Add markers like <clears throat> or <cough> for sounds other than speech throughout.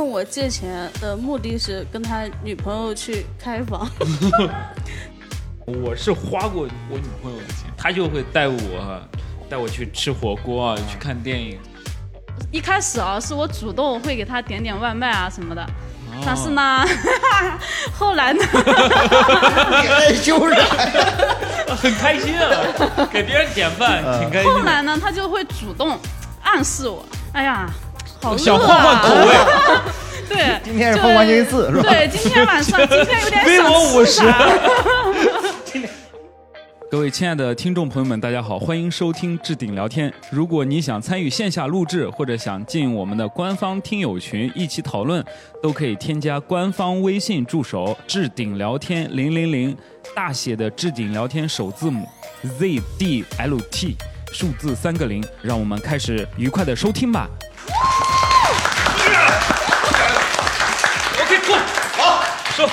我借钱的目的是跟他女朋友去 <laughs> 开房，我是花过我女朋友的钱，她就会带我带我去吃火锅啊，去看 <laughs> 电影。一开始啊，是我主动会给他点点外卖啊什么的，哦但是呢， <laughs> 后来呢，哎害羞啥？ <laughs> 很开心 <laughs> 啊，给别人点饭嗯挺开心后的。来呢，他就会主动暗示我，哎呀，好饿、啊，想换换口味，啊 <laughs> 对，今天是就凤凰星期四是吧对，今天晚上，今天 <laughs> 有 <laughs> 点微想博吃50啥？各位亲爱的听众朋友们，大家好，欢迎收听置顶聊天。如果你想参与线下录制，或者想进我们的官方听友群一起讨论，都可以添加官方微信助手“置顶聊天零零零”，大写的置顶聊天首字母 Z D L T，数字三个零。让我们开始愉快的收听吧。OK，过好说。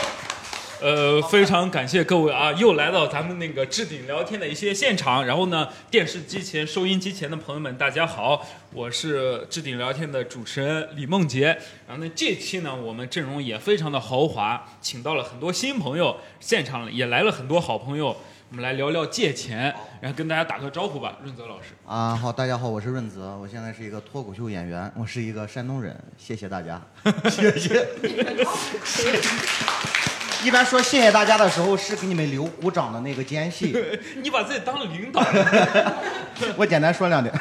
呃，非常感谢各位啊，又来到咱们那个置顶聊天的一些现场。然后呢，电视机前、收音机前的朋友们，大家好，我是置顶聊天的主持人李梦洁。然后呢，这期呢，我们阵容也非常的豪华，请到了很多新朋友，现场也来了很多好朋友。我们来聊聊借钱，然后跟大家打个招呼吧，润泽老师。啊，好，大家好，我是润泽，我现在是一个脱口秀演员，我是一个山东人，谢谢大 <laughs> 家，谢谢。一般说谢谢大家的时候，是给你们留鼓掌的那个间隙。 <laughs> 你把自己当领导，我简单说两 <laughs> 点。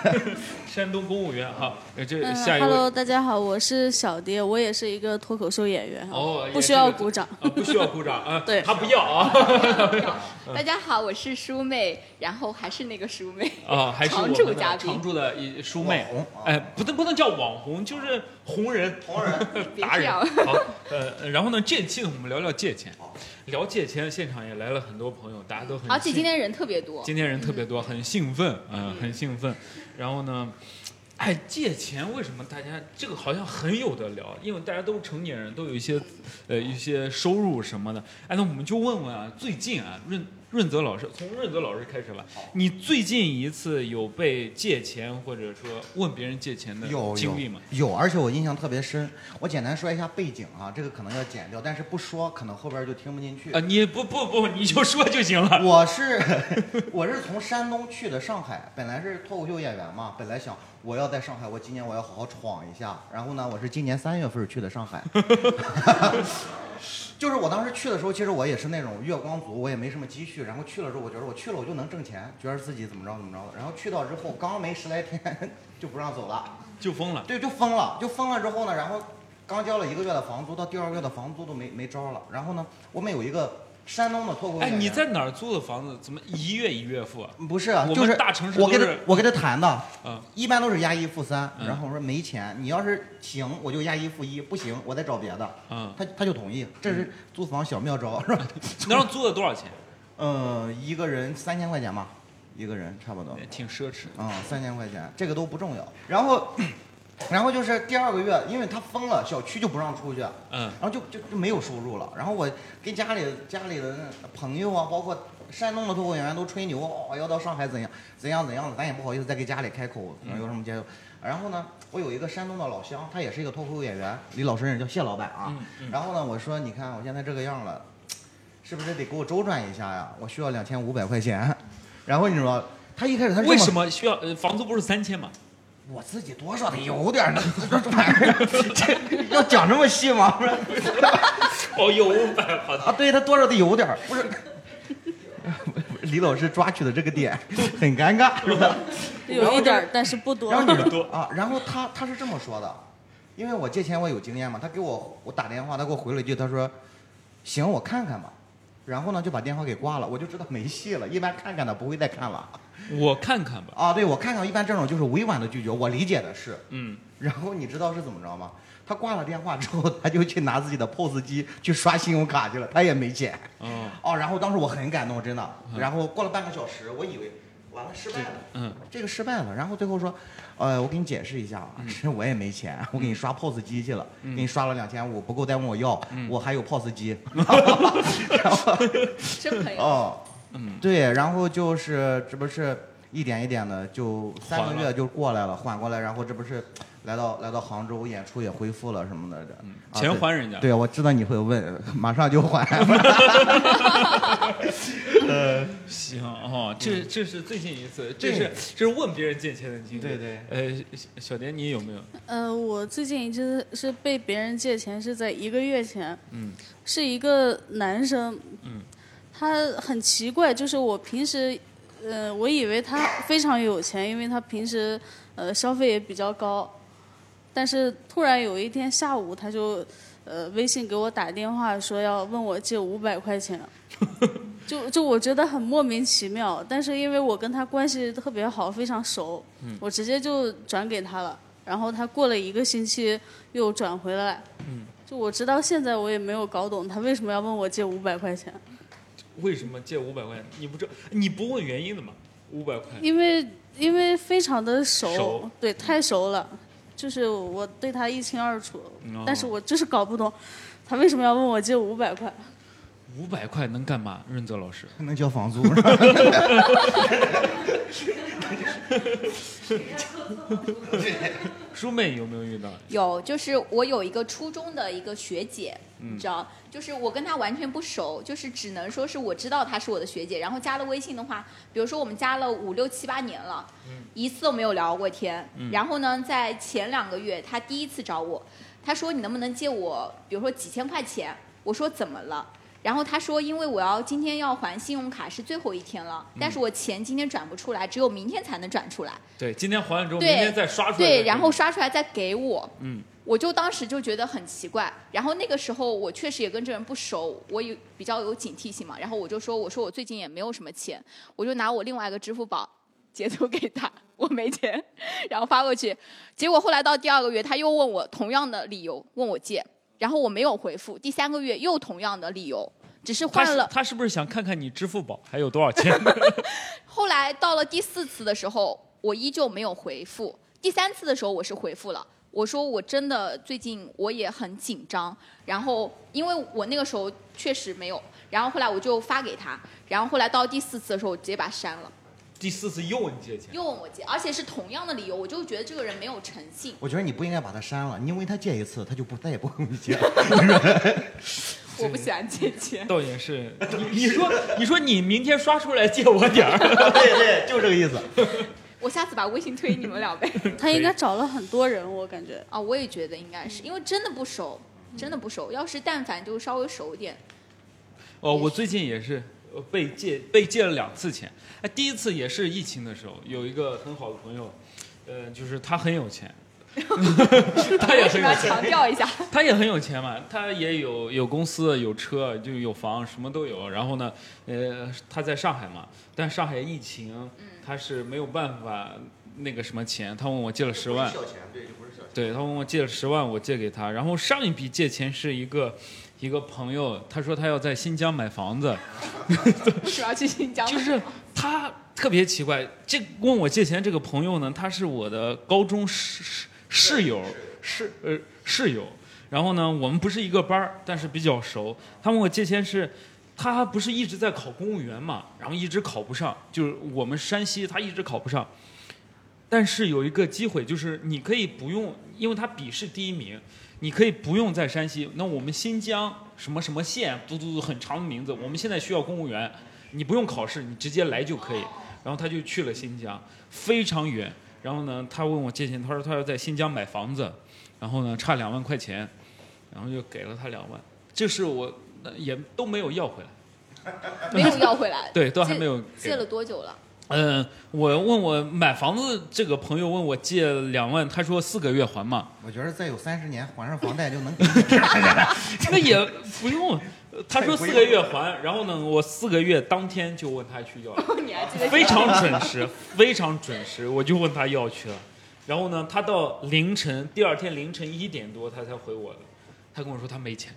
山东公务员哈。呃，这嗯下一位。 ，Hello，大家好，我是小蝶，我也是一个脱口秀演员，哦，不需要也是鼓掌。啊，不需要鼓掌啊，对他不要啊，嗯大家好，我是舒妹，然后还是那个舒妹啊，还是我常们驻的嘉宾常驻的一叔妹网红，哎，不能不能叫网红，就是红人，红人别达这人。样好，呃，然后呢，这期呢，我们聊聊借钱，聊借钱，现场也来了很多朋友，大家都很而且兴今天人特别多，今天人特别多，很兴奋，嗯，很兴奋。然后呢，哎，借钱为什么大家这个好像很有的聊？因为大家都是成年人，都有一些呃一些收入什么的。哎，那我们就问问啊，最近啊，润润泽老师，从润泽老师开始吧，你最近一次有被借钱或者说问别人借钱的有经历吗？有？有，而且我印象特别深。我简单说一下背景啊，这个可能要剪掉，但是不说可能后边就听不进去。啊、你不不不，你就说就行了。 <laughs> 我是 <laughs> 我是从山东去的上海，本来是脱口秀演员嘛，本来想我要在上海，我今年我要好好闯一下。然后呢，我是今年三月份去的上海， <laughs> 就是我当时去的时候，其实我也是那种月光族，我也没什么积蓄。然后去了之后，我觉得我去了我就能挣钱，觉得自己怎么着怎么着的。然后去到之后，刚没十来天 <laughs> 就不让走了。就疯了。对，就封了，就封了之后呢，然后刚交了一个月的房租，到第二个月的房租都没没招了。然后呢，我们有一个山东的脱口秀哎，演员，你在哪儿租的房子？怎么一月一月付啊？不是我，们就是大城市我都跟他是我跟他谈的，嗯一般都是押一付三，嗯然后我说没钱，你要是行我就押一付一，不行我再找别的，嗯，他他就同意，这是租房小妙招，是吧？ <laughs> 那时候租了多少钱？呃，一个人三千块钱吧，一个人差不多，也挺奢侈的。嗯，三千块钱，这个都不重要。然后， <clears throat> 然后就是第二个月，因为他封了，小区就不让出去，嗯，然后就就就没有收入了。然后我跟家里家里的那朋友啊，包括山东的脱口秀演员都吹牛，哦，要到上海怎样怎样怎样的，咱也不好意思再给家里开口，嗯可能有什么接受。然后呢，我有一个山东的老乡，他也是一个脱口秀演员，离老师认识，叫谢老板啊。嗯嗯然后呢，我说你看我现在这个样了，是不是得给我周转一下呀？我需要两千五百块钱。然后你知道，他一开始他是这为什么需要？呃，房租不是三千吗？我自己多啊少得有点儿呢， <laughs> 这玩意儿，这要讲这么细吗？不是 <laughs> 哦，有五百，好的。啊，对他多少得有点儿，不是。 <laughs> 李老师抓取的这个 <laughs> 点很尴尬，是吧？ <laughs> 有一点儿，但是不多然。后你多啊，然后他他是这么说的，因为我借钱我有经验嘛，他给我我打电话，他给我回了一句，他说：“行，我看看吧。”然后呢就把电话给挂了，我就知道没戏了。一般看看的不会再看了我看看吧。啊。对我看看，一般这种就是委婉的拒绝，我理解的是。嗯， <laughs> 然后你知道是怎么着吗？他挂了电话之后，他就去拿自己的 POS 机去刷信用卡去了，他也没钱。哦，哦，然后当时我很感动，真的。嗯然后过了半个小时，我以为完了失败了，嗯，这个失败了。然后最后说，呃，我给你解释一下啊，嗯是我也没钱，我给你刷 POS 机去了，给你刷了两千五，不够再问我要，嗯我还有 POS <laughs> 机。然后真朋友。哦，嗯对，然后就是这不是。一点一点的就三个缓了月就过来了，缓过来，然后这不是来到来到杭州演出也恢复了什么的，啊嗯钱对还人家对，我知道你会问， <laughs> 马上就还。呃，嗯行哦，这这是最近一次，这是对这是问别人借钱的经历。对对。呃，小小莲，你有没有？呃，嗯我最近就是是被别人借钱，是在一个月前，嗯是一个男生，嗯他很奇怪，就是我平时，呃，我以为他非常有钱，因为他平时呃消费也比较高，但是突然有一天下午，他就呃微信给我打电话说要问我借五百块钱，就就我觉得很莫名其妙，但是因为我跟他关系特别好，非常熟，嗯我直接就转给他了，然后他过了一个星期又转回来。嗯，就我直到现在我也没有搞懂他为什么要问我借五百块钱，为什么借五百块钱？你不知你不问原因的吗？五百块，因为因为非常的熟，熟对，太熟了，就是我对他一清二楚，哦但是我就是搞不懂他为什么要问我借五百块。五百块能干嘛？润泽老师，能交房 <laughs> 租？师妹有没有遇到？有，就是我有一个初中的一个学姐，嗯你知道，就是我跟她完全不熟，就是只能说是我知道她是我的学姐，然后加了微信的话，比如说我们加了五六七八年了，嗯一次都没有聊过天。嗯然后呢，在前两个月，她第一次找我，她说你能不能借我，比如说几千块钱？我说怎么了？然后她说，因为我要今天要还信用卡是最后一天了，但是嗯我钱今天转不出来，只有明天才能转出来。对，今天还完之后，明对，天再刷出来。对，然后刷出来再给我。嗯，我就当时就觉得很奇怪，然后那个时候我确实也跟这人不熟，我有比较有警惕性嘛，然后我就说，我说我最近也没有什么钱，我就拿我另外一个支付宝截图给他，我没钱，然后发过去， <laughs> 结果后来到第二个月他又问我同样的理由问我借，然后我没有回复，第三个月又同样的理由，只是他换是了。他是不是想看看你支付宝还有多少 <laughs> 钱？后来到了第四次的时候，我依旧没有回复。第三次的时候，我是回复了，我说我真的最近我也很紧张，然后因为我那个时候确实没有，然后后来我就发给他，然后后来到第四次的时候，我直接把他删了，第四次又问你借钱，又问我借，而且是同样的理由，我就觉得这个人没有诚信。我觉得你不应该把他删了，你因为他借一次，他就不再也不跟你借了。 <laughs> 我不喜欢借 <laughs> 钱。倒也是。你你说你说你明天刷出来借我点 <laughs> 儿，对对，就这个意思。我下次把微信推你们俩呗。 <laughs> 他应该找了很多人，我感觉。啊，我也觉得应该是因为真的不熟，真的不熟。要是但凡就稍微熟一点，哦，我最近也是呃被借被借了两次钱。哎，第一次也是疫情的时候，有一个很好的朋友，呃，就是他很有 <laughs> 钱，他也为什很有钱，么要强调一下？ <laughs> 他也很有钱嘛，他也有有公司、有车、就有房，什么都有。然后呢，呃，他在上海嘛，但上海疫情，嗯他是没有办法那个什么钱，他问我借了十万。钱，对，这不是小钱。对他问我借了十万，我借给他。然后上一笔借钱是一个一个朋友，他说他要在新疆买房 <laughs> 子，为什么要去新疆？就是他特别奇怪。这问我借钱这个朋友呢，他是我的高中室室室友，室呃室友。然后呢，我们不是一个班儿，但是比较熟。他问我借钱是，他不是一直在考公务员嘛，然后一直考不上，就是我们山西他一直考不上。但是有一个机会，就是你可以不用，因为他笔试第一名，你可以不用在山西。那我们新疆什么什么县，嘟嘟嘟很长的名字，我们现在需要公务员，你不用考试，你直接来就可以。然后他就去了新疆，非常远。然后呢，他问我借钱，他说他要在新疆买房子，然后呢差两万块钱，然后就给了他两万，这是我呃也都没有要回来。，没有要回来对都还没有借给借了多久了？嗯，我问我买房子这个朋友问我借两万，他说四个月还嘛，我觉得再有三十年还上房贷就能给你。那也不用。呃他说四个月还，然后呢，我四个月当天就问他去要了，你还记得？非常准时，非常准时，我就问他要去了。然后呢，他到凌晨，第二天凌晨一点多他才回我的，他跟我说他没钱，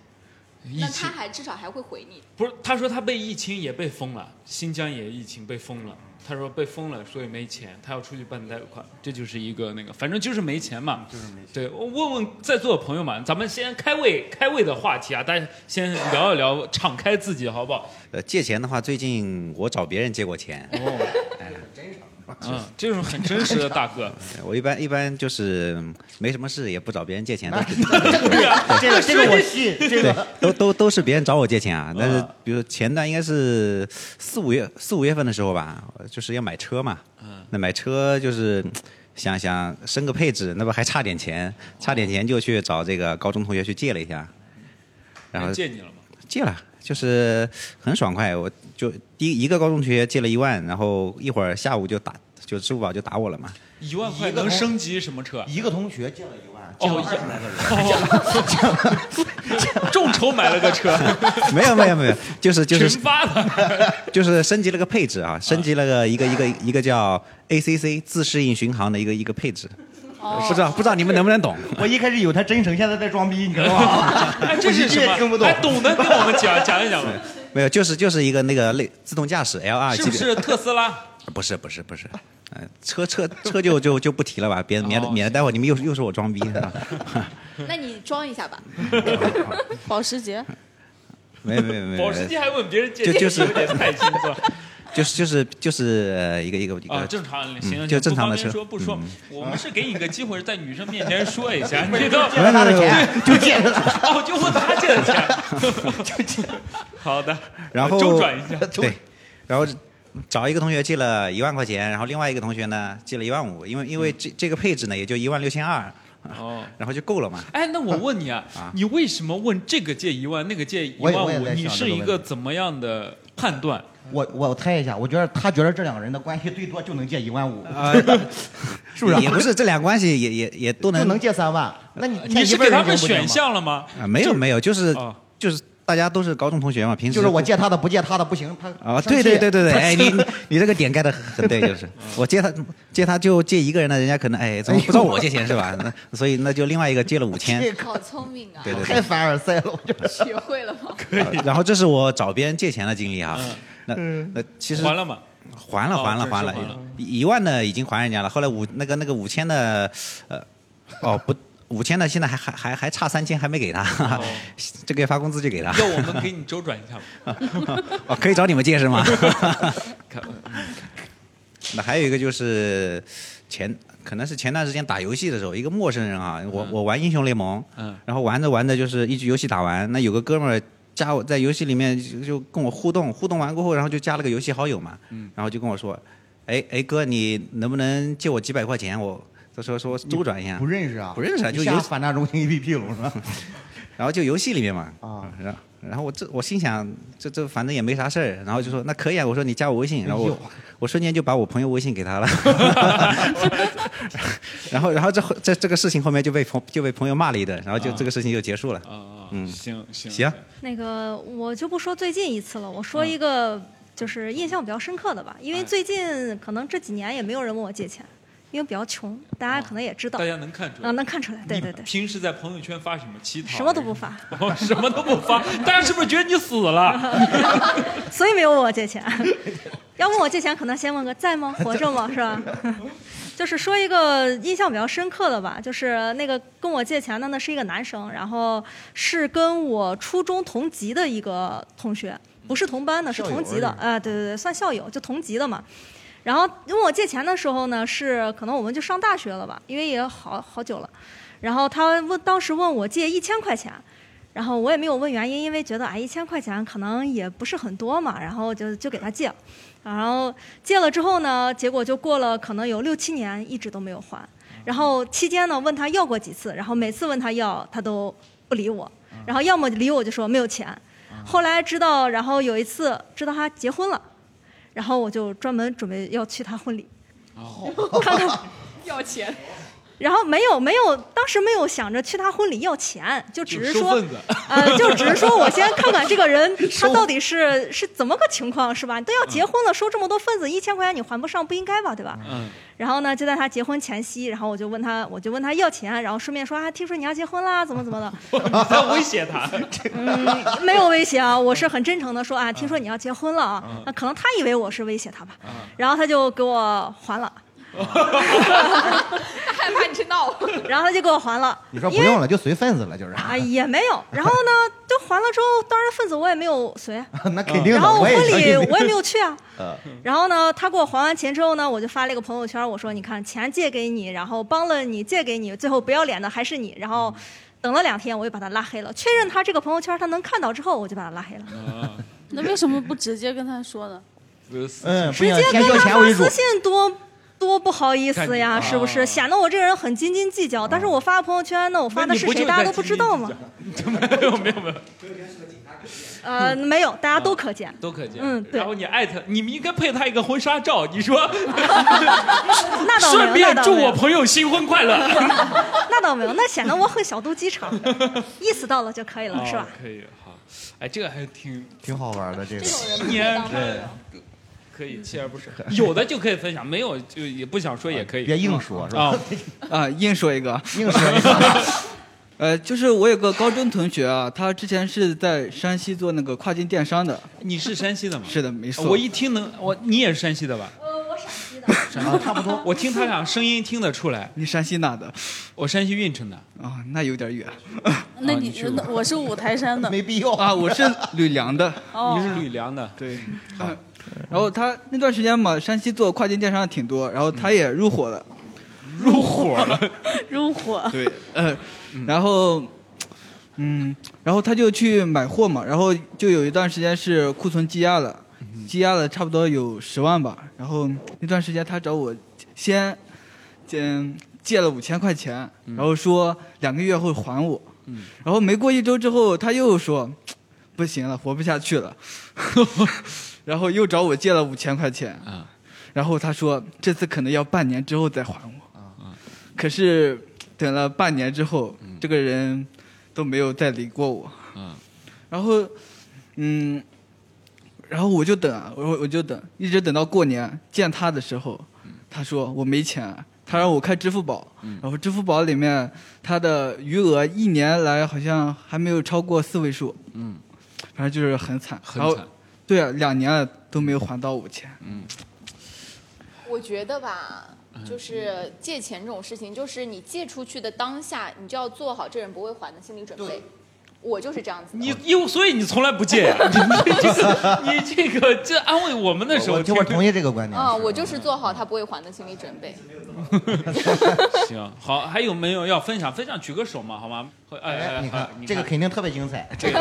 疫那情他还至少还会回你。不是，他说他被疫情也被封了，新疆也疫情被封了。他说被封了，所以没钱，他要出去办贷款，这就是一个那个，反正就是没钱嘛。就是没钱。对，我问问在座的朋友们，咱们先开胃开胃的话题啊，大家先聊一聊，敞开自己好不好？呃，借钱的话，最近我找别人借过钱，哦，这很真诚。嗯，这种很真实的大哥，我一般一般就是没什么事，也不找别人借钱，啊都是 <laughs> 这个这个我信，这对个，都都都是别人找我借钱啊。嗯但是比如前段应该是四五月四五月份的时候吧，就是要买车嘛。嗯那买车就是嗯想想升个配置，那不还差点钱，差点钱就去找这个高中同学去借了一下，然哎后人借你了吗？借了，就是很爽快。我就第一个高中同学借了一万，然后一会儿下午就打，就支付宝就打我了嘛。一万块一个能同升级什么车？一个同学借了一万，借哦了一二十来个人， <laughs> <laughs> 众筹买了个车， <laughs> 没有没有没有，就是就群是发的。 <laughs> 就是升级了个配置啊，升级了个一个一个一个叫 ACC 自适应巡航的一个一个配置。不知道不知道你们能不能懂？ <laughs> 我一开始以为他真诚，现在在装逼，你知道吗？ <laughs> 哎，这是我一句什也么？听不懂哎，懂的跟我们 <laughs> 讲讲一讲吧，没有，就是就是一个那个类自动驾驶 LR 是级别，不是特斯拉？不是不是不是，呃，车车车就就就不提了吧，别免得哦免得待会儿你们又又说我装逼啊是 <laughs> 吧？那你装一下吧。保时捷， <laughs> 没有没有没有没有保，时捷还问别人借就钱，就是有点太心酸。 <laughs> 就是就是就是呃一个一个一啊，个正常行行，行嗯就正不常方的便车嗯说不说，我们是给你个机会，在女生面前说一下，你都借了他的钱 <laughs> 就借了他，哦，就问他借 <laughs> 的钱，好的，然后周转一下， <laughs> <laughs> 对，然后找一个同学借了一万块钱，然后另外一个同学呢借了一万五，因为因为这这个配置呢也就一万六千二，嗯哦。然后就够了嘛。哎，那我问你啊，你为什么问这个借一万，那个借一我也我万也五？在想你是这个一个问怎么样的判断？ <laughs> 我我猜一下，我觉得他觉得这两个人的关系最多就能借一万五， <laughs> 是不是？也不是这俩关系也也也都就能能借三万，那你你是那一给辈他人们就不行吗选项了吗？啊，没有没有，就是啊就是大家都是高中同学嘛，平时就是我借他的不借他的不行，他啊，生气对对对对 <laughs> 对，<laughs> 哎，你你你这个点盖的很对，就是我借他借他就借一个人呢，人家可能哎怎么不找我借钱是吧？那所以那就另外一个借了五千，这好聪明啊！对对太凡尔赛了，我觉得。学会了吗？啊然后这是我找别人借钱的经历啊。那那其实还了吗？还了哦还了这是还还了了，一一万呢已经还人家了，后来五那个那个五千的，呃，哦不。五千呢，现在还还还还差三千，还没给他， <laughs> 这个月发工资就给他。哦要我们给你周转一下吗？ <laughs> 哦，可以找你们借是吗？ <laughs> 嗯那还有一个就是前可能是前段时间打游戏的时候，一个陌生人啊，我我玩英雄联盟，嗯然后玩着玩着就是一局游戏打完，那有个哥们儿加我在游戏里面就就跟我互动，互动完过后，然后就加了个游戏好友嘛，然后就跟我说，哎哎哥，你能不能借我几百块钱？我他说说周转一下不，认识啊，不认识啊你就下有反诈中心 APP 了是吧？然后就游戏里面嘛，嗯啊然后然后我这我心想这这反正也没啥事儿，然后就说那可以啊，我说你加我微信，然后哎呦我我瞬间就把我朋友微信给 <laughs> 他了，然后然后这后这这个事情后面就被朋就被朋友骂了一顿，然后就啊这个事情就结束了。啊啊，嗯行行行，那个我就不说最近一次了，我嗯说一个就是印象比较深刻的吧，因哎为最近可能这几年也没有人问我借钱，因为比较穷，大家可能也知道哦大家能看出啊，来。嗯能看出来，对对对你，平时在朋友圈发什么乞讨？什么都不发，哦，什么都不 <laughs> 发，大家是不是觉得你死了？所以没有问我借钱。 <laughs> 要问我借钱，可能先问个在吗？活着吗？是吧？ <laughs> 就是说一个印象比较深刻的吧，就是那个跟我借钱的那是一个男生，然后是跟我初中同级的一个同学，不是同班的，是校友同级的而。已啊、对对对，算校友，就同级的嘛。然后问我借钱的时候呢，是呃可能我们就上大学了吧，因为也好好久了。然后他问，当时问我借一千块钱，然后我也没有问原因，因为觉得哎一千块钱可能也不是很多嘛，然后就就给他借了。然后借了之后呢，结果就过了可能有六七年，一直都没有还。然后期间呢，问他要过几次，然后每次问他要，他都不理我，然后要么理我就说没有钱。后来知道，然后有一次知道他结婚了，然后我就专门准备要去他婚礼，看看要钱，然后没有没有，当时没有想着去他婚礼要钱，就只是就收说份子，呃，就只是说我先看看这 <laughs> 个人他到底是是怎么个情况，是吧？你都要结婚了，收这么多份子，一千块钱你还不上，不应该吧，对吧？嗯，然后呢，就在他结婚前夕，然后我就问他，我就问他要钱，然后顺便说啊，听说你要结婚啦，怎么怎么的，你在威 <laughs> 胁他。嗯，没有威胁啊，我是很真诚的说嗯啊，听说你要结婚了啊，那可能他以为我是威胁他吧，然后他就给我还了，他害怕你去闹。 <laughs> 然后他就给我还了，嗯哎你说不用了，就随份子了，就是。啊，也没有。然后呢，就就还了之后，当然份子我也没有随啊，那肯定的。然后我婚也礼我也没有去啊。 <laughs> 呃，然后呢，他给我还完钱之后呢，我就发了一个朋友圈，我说你看钱借给你，然后帮了你，借给你，最后不要脸的还是你。然后等了两天，我又把他拉黑了，确认他这个朋友圈他能看到之后，我就把他拉黑了。啊，那为什么不直接跟他说呢？呃私嗯，直接先跟交他钱发为主私。信多多不好意思看呀，你是不啊是？显得我这个人很斤斤计较。但是我发朋友圈，那我发那的你是不谁，就大家在都不斤知斤道计嘛。 <laughs> 没有没有没有，呃，没有，大家都可见。都可见。哦嗯对然后你艾特，你们应该配他一个婚纱照，你说 <laughs> 那倒没顺有，那便倒祝没我有，朋友新婚快 <laughs> 乐，那倒没有，那显得我很小肚鸡肠。意思到了就可以了，是吧哦？可以，好，哎，这个还挺挺好玩的这个这，种人不你可以当朋对友。可以锲而 <laughs> 不舍，有的就可以分享，没有就也不想说也可以。别硬说，是吧？啊， <laughs> 啊，硬说一个， <laughs> 硬说一个， <laughs> 呃，就是我有个高中同学啊，他之前是在山西做那个跨境电商的，你是山西的吗？是的，没错。我一听能，我你也是山西的吧？呃，我陕西 <laughs> 的，啊差不多。我听他俩声音听得出来，你山西哪的？我山西运城的。啊、那有点远那啊你你是那我是五台山的 <laughs> 没必要啊。我是吕 <laughs> 梁的，哦你，是吕梁的，对。嗯然后他那段时间嘛，山西做跨境电商的挺多，然后他也入伙了，嗯入伙了， <laughs> 入伙对， <laughs> 呃，然后，嗯，然后他就去买货嘛，然后就有一段时间是库存积压了，嗯积压了差不多有十万吧。然后那段时间他找我先，嗯，借了五千块钱，嗯然后说两个月后还我。嗯然后没过一周之后，他又说，不行了，活不下去了， <laughs> 然后又找我借了五千块钱。啊然后他说这次可能要半年之后再还我。可是等了半年之后，这个人都没有再理过我。嗯然后，嗯，然后我就等啊，我我就等，一直等到过年见他的时候，他说我没钱啊，他让我开支付宝，嗯然后支付宝里面他的余额一年来好像还没有超过四位数，嗯，反正就是很惨，很然后惨。嗯对啊，两年了都没有还到我钱。 <laughs> 我觉得吧，就是借钱这种事情，就是你借出去的当下，你就要做好这人不会还的心理准备。我就是这样子的。你又所以你从来不借呀？ <laughs> 你这个你这个这安慰我们的时我候我听我同意这个观点。啊、我就是做好他不会还的心理准备。 <laughs> 嗯行好，还有没有要分享？分享举个手嘛，好吗？哎哎哎，哎，你哎看这个肯定特别精彩。 <laughs> 这个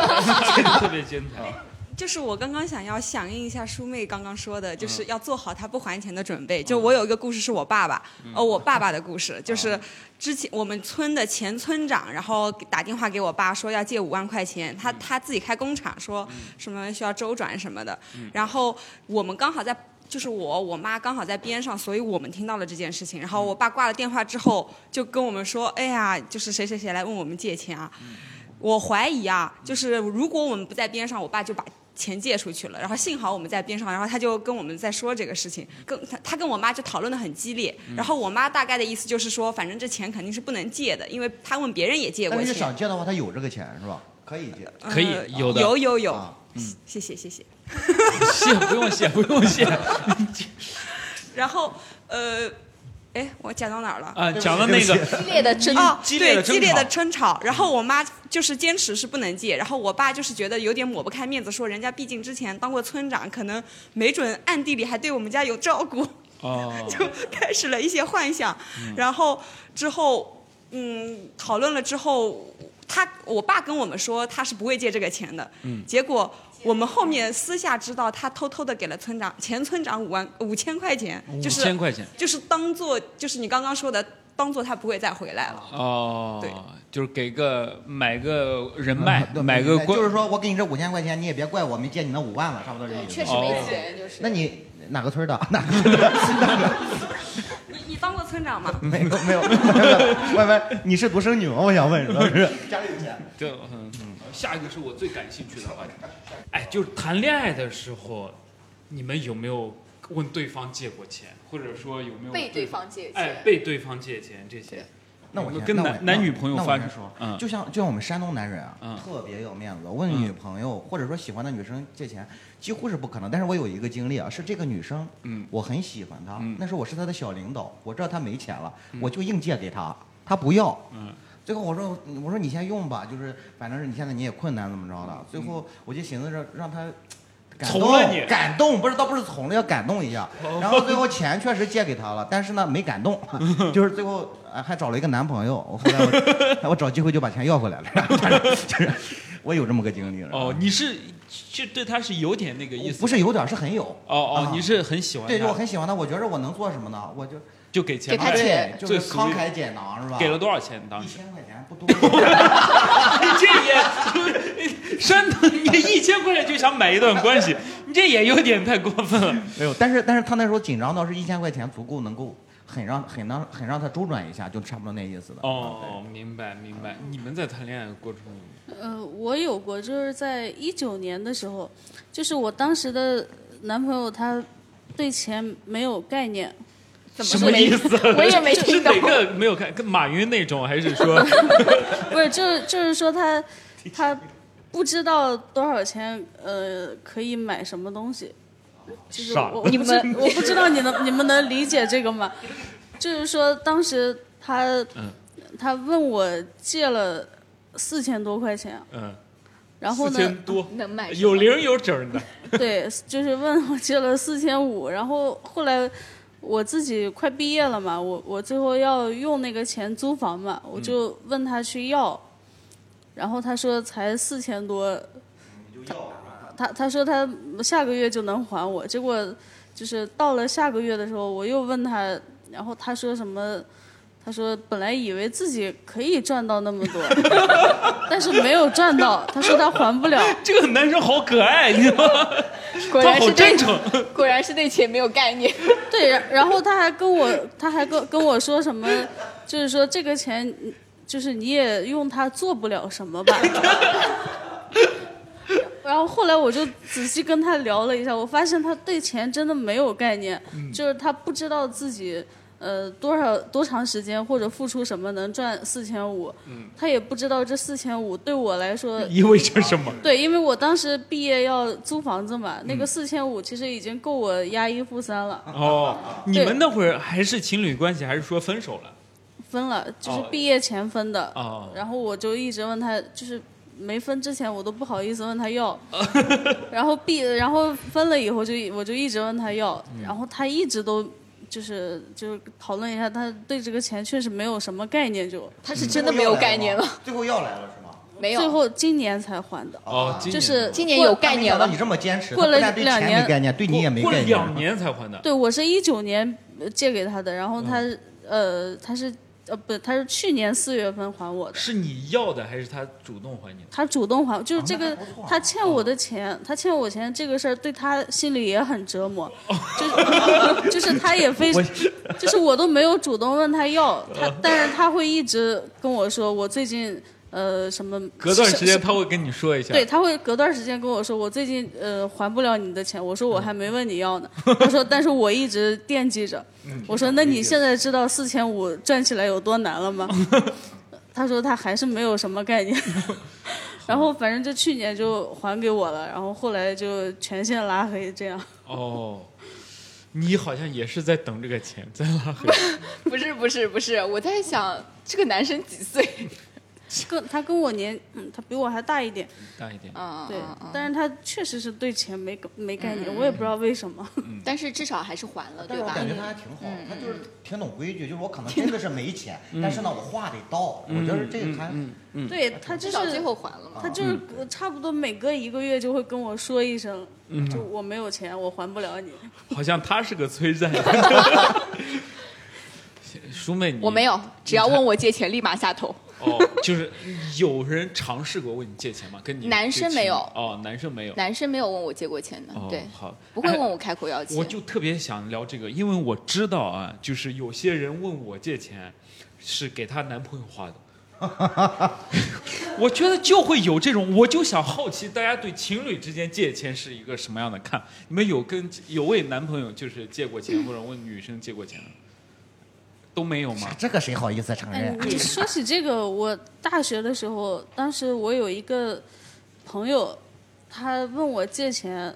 这个特别精彩。哎就是我刚刚想要响应一下舒妹刚刚说嗯的，就是要做好他不还钱的准备。就我有一个故事是我爸爸，嗯呃，我爸爸的故事，就是之前我们村的前村长，然后打电话给我爸说要借五万块钱，嗯他他自己开工厂，说什么需要周转什么的，嗯然后我们刚好在。就是我，我妈刚好在边上，所以我们听到了这件事情。然后嗯我爸挂了电话之后，就跟我们说：“哎呀，就是谁谁谁来问我们借钱啊。”我怀疑啊，就是如果我们不在边上，我爸就把钱借出去了。然后幸好我们在边上，然后他就跟我们在说这个事情，跟他他跟我妈就讨论的很激烈。嗯然后我妈大概的意思就是说，反正这钱肯定是不能借的，因为他问别人也借过但是钱想。借的话，他有这个钱是吧？可以借。呃可以有的有有有，啊谢谢谢谢。谢不用谢不 <laughs> 用谢然后呃，哎，我讲到哪儿了？啊！讲了那个激烈的争哦，激烈对的争激烈吵的争吵。然后我妈就是坚持是不能借，然后我爸就是觉得有点抹不开面子，说人家毕竟之前当过村长，可能没准暗地里还对我们家有照顾， <laughs> 哦，就开始了一些幻想。嗯然后之后，嗯，讨论了之后，他我爸跟我们说他是不会借这个钱的。结果。我们后面私下知道，他偷偷的给了村长前村长五万五千块钱，五就是千块钱就是当做就是你刚刚说的，当做他不会再回来了。哦对，就是给个买个嗯人脉，买个关就是说我给你这五千块钱，你也别怪我没借你那五万了，差不多这意思。确实哦没钱，就是。那你哪个村儿的？ <laughs> 哪个村儿你你当过村长吗？ <laughs> 没有没有， <laughs> 喂喂，你是独生女吗？我想问，是不啊是？家里有钱。对，嗯，下一个是我最感兴趣的话题。哎，就是谈恋爱的时候，你们有没有问对方借过钱，或者说有没有被对方借钱哎，被对方借钱这些？那我先跟那我男那男女朋友那我发先生说，嗯就像就像我们山东男人啊，嗯特别有面子，问女朋友、或者说喜欢的女生借钱几乎是不可能。但是我有一个经历啊，是这个女生，嗯我很喜欢她，嗯那时候我是她的小领导，我知道她没钱了，我就硬借给她，她不要，嗯最后我说我说你先用吧，就是反正是你现在你也困难怎么着的。最后我就寻思着让他感嗯从了动你哦感动，不是倒不是从了，要感动一下。然后最后钱确实借给他了，但是呢没感 <laughs> 动，就是最后呃还找了一个男朋友。我后来 <laughs> 我我找机会就把钱要回来了，就是我有这么个经历。哦，你是就对他是有点那个意思，不是有点儿，是很有。哦哦啊，你是很喜欢对，他就我很喜欢他，我觉着我能做什么呢？我就就给钱给他吧钱对，就是最慷慨解囊是吧？给了多少钱？当一时千块钱不 <laughs> 多，这也山东，你一千块钱就想买一段关系，你这也有点太过分了。没有。但是但是他那时候紧张到是一千块钱足够能够很让很让很让他周转一下，就差不多那意思的。哦，明白明白。你们在谈恋爱的过程中，呃，我有过，就是在一九年的时候，就是我当时的男朋友他对钱没有概念，怎什么意思？我也没是听懂哪。个没有看？跟马云那种，还是 <laughs> 说不是，就是就是说他他不知道多少钱呃可以买什么东西，就是傻我你们我不知道你能你们能理解这个吗？就是说当时他、嗯他问我借了四千多块钱，嗯，然后四呢千多能买什么有零有整的？ <laughs> 对，就是问我借了四千五，然后后来我自己快毕业了嘛，我我最后要用那个钱租房嘛，我就问他去要，然后他说才四千多，他他说他下个月就能还我，结果就是到了下个月的时候，我又问他，然后他说什么？他说本来以为自己可以赚到那么多， <laughs> 但是没有赚到。他说他还不了，这个男生好可爱，你知道吗？果他然好是真对，诚。 <laughs> 果然是对钱没有概念。 <laughs> 对，然然后他还跟我，他还跟跟我说什么，就是说这个钱，就是你也用它做不了什么 <laughs> 吧。然后后来我就仔细跟他聊了一下，我发现他对钱真的没有概念，嗯就是他不知道自己呃多少多长时间或者付出什么能赚四千五，嗯他也不知道这四千五对我来说意味着什 <laughs> 么？对，因为我当时毕业要租房子嘛，嗯那个四千五其实已经够我押一付三啊了。哦，你们那会儿还是情侣关系，还是说分手了？分了，就是哦毕业前分的。哦然后我就一直问他，就是没分之前我都不好意思问他要，哦 <laughs> 然后毕然后分了以后就我就一直问他要，嗯然后他一直都。就是就是讨论一下，他对这个钱确实没有什么概念就，他是真的没有概念了，。嗯最后要来了是吗？没最有。后今年才还啊的，哦，今就年是今年有过概念到了嗯你，这么坚持，过了他不但对两钱年没概念，对你也没过概了念。两年才还的。对，我是一九年呃借给他的，然后他、嗯呃他是呃不他是去年四月份还我的，是你要的还是他主动还你的？他主动还，就是这那还个不错啊他欠我的钱，他欠我钱这个事儿对他心里也很 <laughs> 折磨，就是就是他也非，就是我都没有主动问他要，他嗯但是他会一直跟我说我最近呃什么隔段是时间是他会跟你说一下。对，他会隔段时间跟我说，我最近呃还不了你的钱。我说我还没问你要呢。他说，但是我一直惦记着。我说，那你现在知道四千五赚起来有多难 <laughs> 了吗？他说他还是没有什么概念。然后反正就去年就还给我了，然后后来就全线拉黑这样。哦，你好像也是在等这个钱，在拉黑。 <laughs> 不是不是不是，我在想这个男生几岁？ <laughs> 跟他跟我年，嗯，他比我还大一点，大一点。嗯，对，嗯嗯嗯但是他确实是对钱没没概念，我也不知道为什么。但是至少还是还了，嗯但对是我吧？嗯感觉他还挺好，他就是挺懂规矩，就是我可能真的是没钱，嗯但是呢，我话得到，我觉得这个还对他就是至少最后还了嘛。他就是呃差不多每隔一个月就会跟我说一声，就我没有钱，我还不了你。好像他是个催 <laughs> 债。叔妹，你我没有，只要问我借钱，立马下头。哦，就是有人尝试过问你借钱吗？跟你男生这个没有情侣哦，男生没有。男生没有问我借过钱的，哦对，好不会哎问我开口要钱。我就特别想聊这个，因为我知道啊，就是有些人问我借钱，是给她男朋友花的。 <laughs> 我觉得就会有这种，我就想好奇大家对情侣之间借钱是一个什么样的看？你们有跟有为男朋友就是借过钱，或者问女生借过钱吗都没有吗？这个谁好意思承哎嗯认，？啊你说起这个，我大学的时候，当时我有一个朋友，他问我借钱，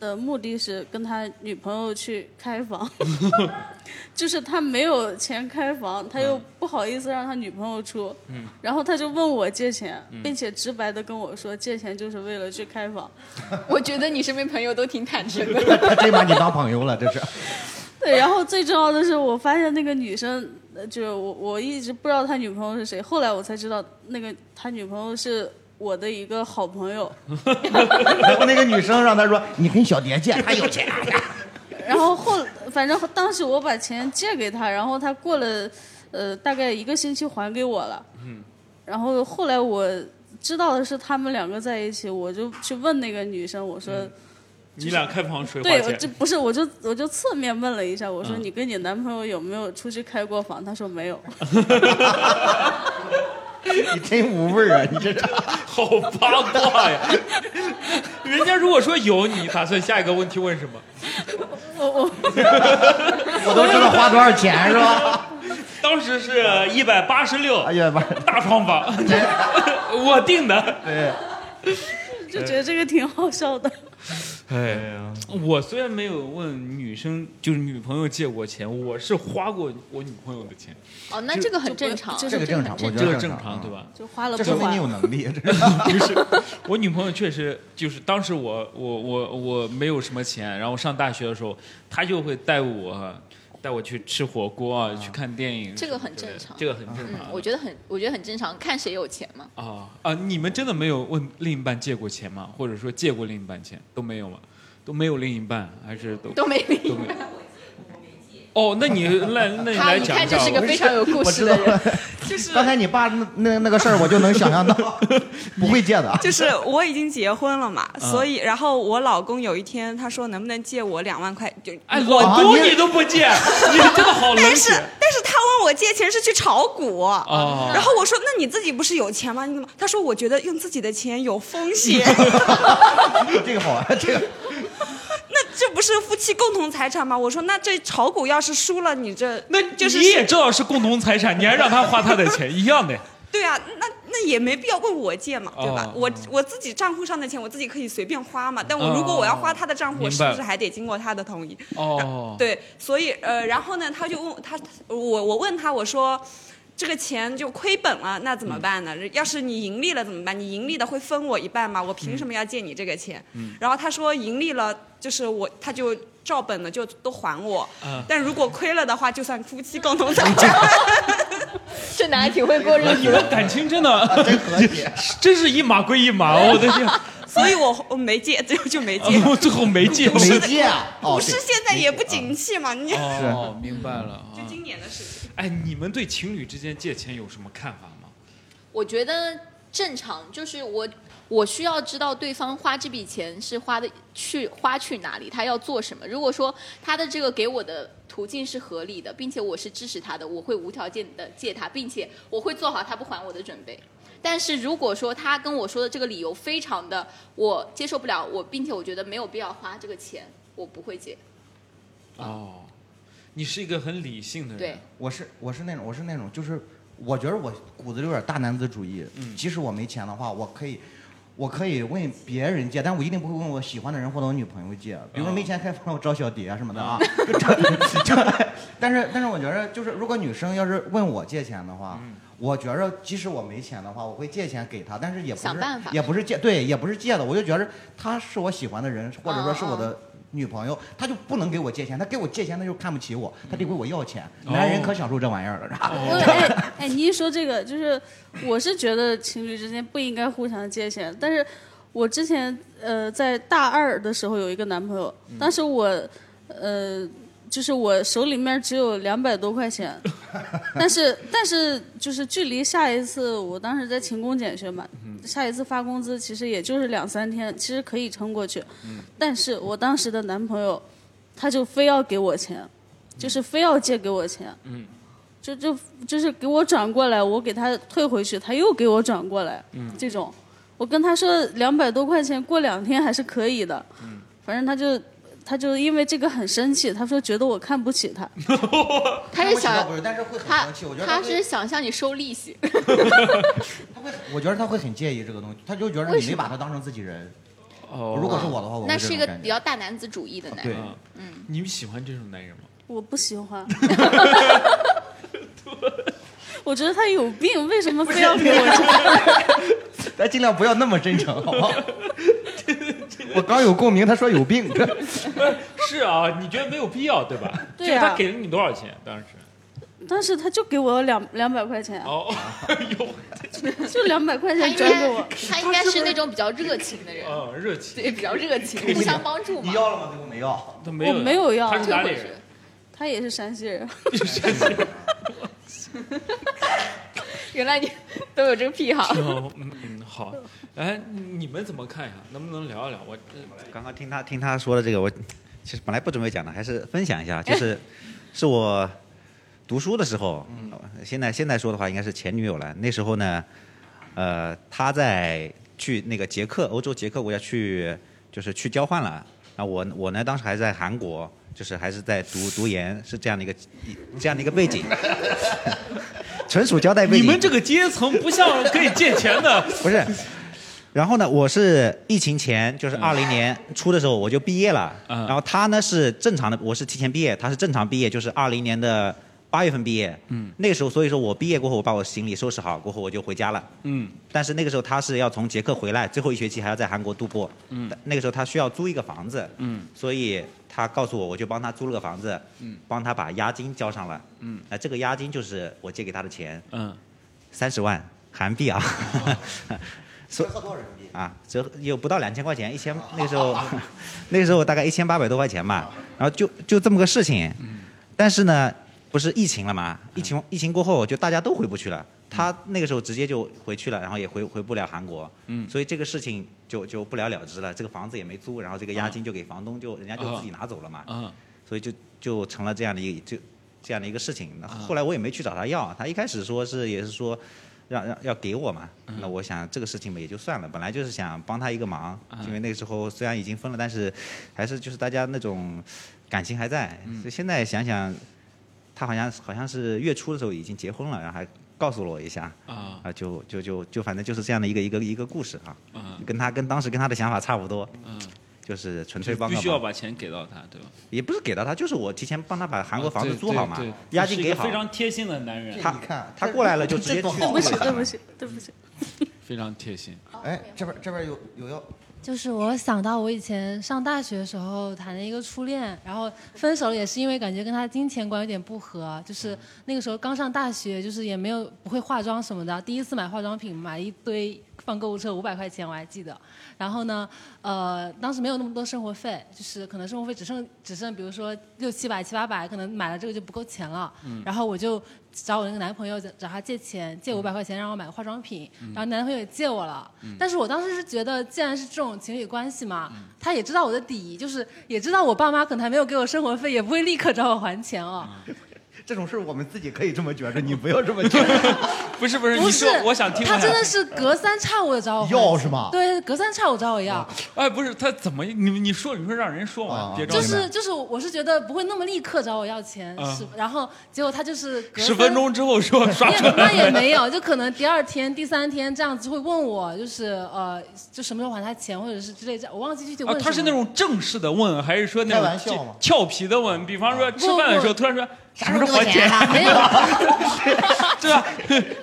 的目的是跟他女朋友去开房，就是他没有钱开房，他又不好意思让他女朋友出，嗯然后他就问我借钱嗯，并且直白的跟我说借钱就是为了去开房， <laughs> 我觉得你身边朋友都挺坦诚的。他真把你当朋友了，这是。 <laughs> 对，然后最重要的是，我发现那个女生，呃就是我我一直不知道他女朋友是谁，后来我才知道那个他女朋友是我的一个好朋友。 <laughs> 然后那个女生让他说：“你跟小蝶借，他有钱。啊然后后，反正当时我把钱借给他，然后他过了呃大概一个星期还给我了。嗯然后后来我知道的是他们两个在一起，我就去问那个女生，我说。你俩开房谁花对，我这钱？不是，我就我就侧面问了一下，我说嗯你跟你男朋友有没有出去开过房？他说没有。 <laughs> 你真无味儿啊！你这是 <laughs> 好八卦呀！ <laughs> 人家如果说有，你打算下一个问题问什么？我我 <laughs> 嗯我都知道花多少钱是吧？当时是一百八十六哎，呀妈！大 <laughs> 床房，我定的。对，嗯就觉得这个挺好笑的。哎呀，我虽然没有问女生，就是女朋友借过钱，我是花过我女朋友的钱，哦，那这个很正常。就这个正常，我觉这得个正常，啊常对？吧？就花了这不说明花你有能 <laughs> 力，这是不是，我女朋友确实就是当时我我我我没有什么钱，然后上大学的时候，她就会带我带我去吃火锅啊，去看电影什么之类的，这个很正常这个很正嗯常，。我觉得很，我觉得很正常，看谁有钱嘛。啊啊！你们真的没有问另一半借过钱吗？或者说借过另一半钱都没有吗？都没有另一半，还是都都没理都没有？哦，那你来，那你他，来一讲看一就下是个吧。非常有故 <laughs> 我事知道的人。了。就是刚才你爸那那那个事儿，我就能想象 <laughs> 到，不会借的。 <laughs> 啊就是我已经结婚了嘛，嗯所以然后我老公有一天他说能不能借我两万块，就哎，我老啊多你你都不借，你真的好冷但是血但是他问我借钱是去炒股。哦然后我说：“那你自己不是有钱吗？你怎么？”他说：“我觉得用自己的钱有 <laughs> 风险，这个好玩，这个那这不是夫妻共同财产吗？”我说：“那这炒股要是输了，你这那就是你也知道是共同财产，你还让他花他的钱，一样的。对啊，那那也没必要问我借嘛，对吧？哦我我自己账户上的钱我自己可以随便花嘛，但我哦如果我要花他的账户，明我白是不是还得经过他的同意？哦，对，所以呃，然后呢，他就问他，我我问他，我说。这个钱就亏本了，那嗯怎么办呢？要是你盈利了怎么办？你盈利的会分我一半吗？我凭嗯什么要借你这个钱？然后他说盈利了，就是我他就照本了，就都还我。嗯但如果亏了的话，就算夫妻共同财产。 <laughs> 这男的挺会过日嗯那子。你们感情真的真和谐。 <laughs> 真是一码归一码，啊我的天，<laughs> <laughs> 啊所以我我没借，就就没借。我最后没借。是没的借啊，股哦，市对现在 <laughs> 也不景气嘛，你哦，明白了。啊就今年的事情。哎，你们对情侣之间借钱有什么看法吗？我觉得正常，就是我我需要知道对方花这笔钱是花的去花去哪里，他要做什么。如果说他的这个给我的途径是合理的，并且我是支持他的，我会无条件的借他，并且我会做好他不还我的准备。但是如果说他跟我说的这个理由非常的我接受不了，我并且我觉得没有必要花这个钱，我不会借。哦，你是一个很理性的人。对，啊我是我是那种我是那种就是我觉得我骨子里有点大男子主义，嗯即使我没钱的话，我可以。我可以问别人借，但我一定不会问我喜欢的人或者我女朋友借。比如说没钱开房，我找小蝶啊什么的啊。就这这， <laughs> 但是但是我觉得就是，如果女生要是问我借钱的话，嗯我觉着即使我没钱的话，我会借钱给她，但是也不是想办法也不是借，对，也不是借的。我就觉着她是我喜欢的人，或者说是我的呃女朋友，她就不能给我借钱，她给我借钱，她就看不起我，她得给我要钱。哦男人可享受这玩意儿了，是吧？我 <laughs> 哎哎，你一说这个，就是我是觉得情侣之间不应该互相借钱，但是我之前呃在大二的时候有一个男朋友，当时我呃就是我手里面只有两百多块钱，但是但是就是距离下一次我当时在勤工俭学嘛，下一次发工资其实也就是两三天，其实可以撑过去，嗯但是我当时的男朋友他就非要给我钱，就是非要借给我钱。嗯就就就是给我转过来，我给他退回去，他又给我转过来，嗯这种，我跟他说两百多块钱过两天还是可以的，嗯反正他就他就因为这个很生气，他说觉得我看不起 <laughs> 他，哦他看是不起倒想不是，但是会很他生气。我觉得他会是想向你收利息，他会，我觉得他会很介意这个东西，他就觉得为你什没么把他当成自己人。哦如果是我的话，我会那这是种一个感觉比较大男子主义的男对人。嗯嗯，你们喜欢这种男人吗？ <laughs> 我不喜欢。我觉得他有病，为什么非要给我这 <laughs> 样？咱尽量不要那么真诚，好 <laughs> 不好？我刚有共鸣，他说有病，这 <laughs> 是啊，你觉得没有必要对吧？对啊就是他给了你多少钱？当时但是他就给我两两百块钱啊，哦，哟，就两百块他钱应转给我该。他应该是那种比较热情的人，嗯，热情，对，比较热情，互相帮助你嘛。要了吗？最后没要，他没有，我没有要他是退哪里回去人？他也是山西人，原来你都有这个癖 <laughs> 好。嗯嗯嗯，好，哎，你们怎么看呀？能不能聊一聊？我呃刚刚听他听他说的这个，我其实本来不准备讲的，还是分享一下，就是是我读书的时候，现在现在说的话应该是前女友了。那时候呢，呃，她在去那个捷克，欧洲捷克国家去，就是去交换了。啊，我我呢当时还在韩国，就是还是在读读研，是这样的一个这样的一个背景， <laughs> 纯属交代背景。你们这个阶层不像可以借钱的，不是。然后呢，我是疫情前，就是二零年初的时候我就毕业了。嗯然后他呢是正常的，我是提前毕业，他是正常毕业，就是二零年的八月份毕业。嗯。那个时候，所以说我毕业过后，我把我行李收拾好过后，我就回家了。嗯但是那个时候他是要从捷克回来，最后一学期还要在韩国度过。嗯，那个时候他需要租一个房子。嗯，所以他告诉我，我就帮他租了个房子。嗯，帮他把押金交上了。嗯，那这个押金就是我借给他的钱，嗯，三十万韩币啊。折合多少人民币？啊，折合有不到两千块钱，一千那个时候， <laughs> 那个时候大概一千八百多块钱吧，然后就就这么个事情，但是呢，不是疫情了嘛，疫情疫情过后就大家都回不去了，他那个时候直接就回去了，然后也回回不了韩国，嗯所以这个事情就就不了了之了，这个房子也没租，然后这个押金就给房东就人家就自己拿走了嘛，嗯所以就就成了这样的一个就这样的一个事情。那啊后来我也没去找他要，他一开始说是也是说让让要给我嘛。嗯那我想这个事情嘛也就算了，本来就是想帮他一个忙，啊因为那个时候虽然已经分了，但是还是就是大家那种感情还在。嗯所以现在想想，他好像好像是月初的时候已经结婚了，然后还告诉了我一下。啊 <laughs> 啊，就就就就反正就是这样的一个一个一个故事啊，啊跟他跟当时跟他的想法差不多，嗯，就是纯粹就帮必个须要忙。把钱给到他，对吧？也不是给到他，就是我提前帮他把韩国房子啊对租好嘛对对，押金给是一个好非，常贴心的男人，他你看他这过来了就直接这多去好对不起，啊对不起，对不起。非常贴心。哎，这边这边有有要就是我想到我以前上大学的时候谈的一个初恋，然后分手了也是因为感觉跟他金钱观有点不合，就是那个时候刚上大学，就是也没有不会化妆什么的，第一次买化妆品买一堆放购物车五百块钱我还记得，然后呢，呃，当时没有那么多生活费，就是可能生活费只剩只剩比如说六七百七八百，可能买了这个就不够钱了，然后我就找我那个男朋友找他借钱，借五百块钱让我买个化妆品，然后男朋友也借我了。嗯但是我当时是觉得，既然是这种情侣关系嘛，他也知道我的底，就是也知道我爸妈可能还没有给我生活费，也不会立刻找我还钱哦。嗯这种事，我们自己可以这么觉着，你不要这么觉着。 <laughs> 不是不是，不你是说，我想听。他真的是隔三差五的找我还钱要是吗对，隔三差五找我要，哎，不是他怎么你你说你说让人说啊完，别着就急。是就是，我是觉得不会那么立刻找我要钱，嗯是然后结果他就是隔十三分钟之后说刷也出那也来，没有，就可能第二天、第三天这样子会问我，就是呃，就什么时候还他钱，或者是之类这样，我忘记具体啊问、什么。他是那种正式的问，还是说那开玩笑种嘛俏皮的问？比方说吃饭的时候突然说什么时候还钱，啊没有， <laughs> 对吧？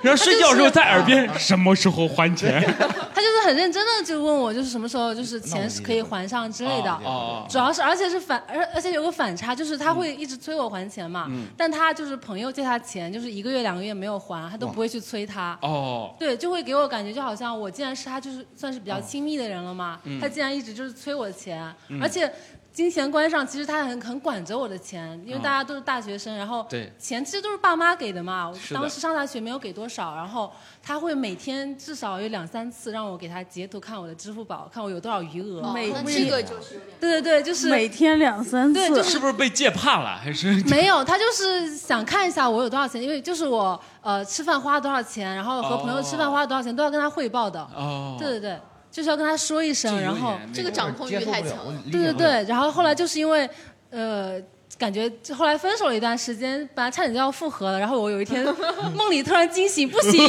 然后睡觉的时候在耳边什么时候还 <laughs> 钱？他就是很认真的就问我，就是什么时候就是钱是可以还上之类的。哦主要是，而且是反，而而且有个反差，就是他会一直催我还钱嘛，嗯但他就是朋友借他钱，就是一个月两个月没有还，他都不会去催他。哦，对，就会给我感觉就好像我既然是他，就是算是比嗯较亲密的人了嘛，他竟然一直就是催我钱，而且金钱观上其实他很很管着我的钱，因为嗯大家都是大学生，然后对钱其实都是爸妈给的嘛，我是的当时上大学没有给多少，然后他会每天至少有两三次让我给他截图看我的支付宝，看我有多少余额。哦每那每这个就是有点对对对，就是每天两三次，对就是是不是被借怕了？还是没有，他就是想看一下我有多少钱，因为就是我呃吃饭花了多少钱，然后和朋友吃饭花了多少钱，都要跟他汇报的。哦，对对对，就是要跟他说一声，然后这个掌控欲太强了。对对对对，然后后来就是因为呃。感觉后来分手了一段时间，本来差点就要复合了，然后我有一 <laughs> 天梦里突然惊醒，哦不行，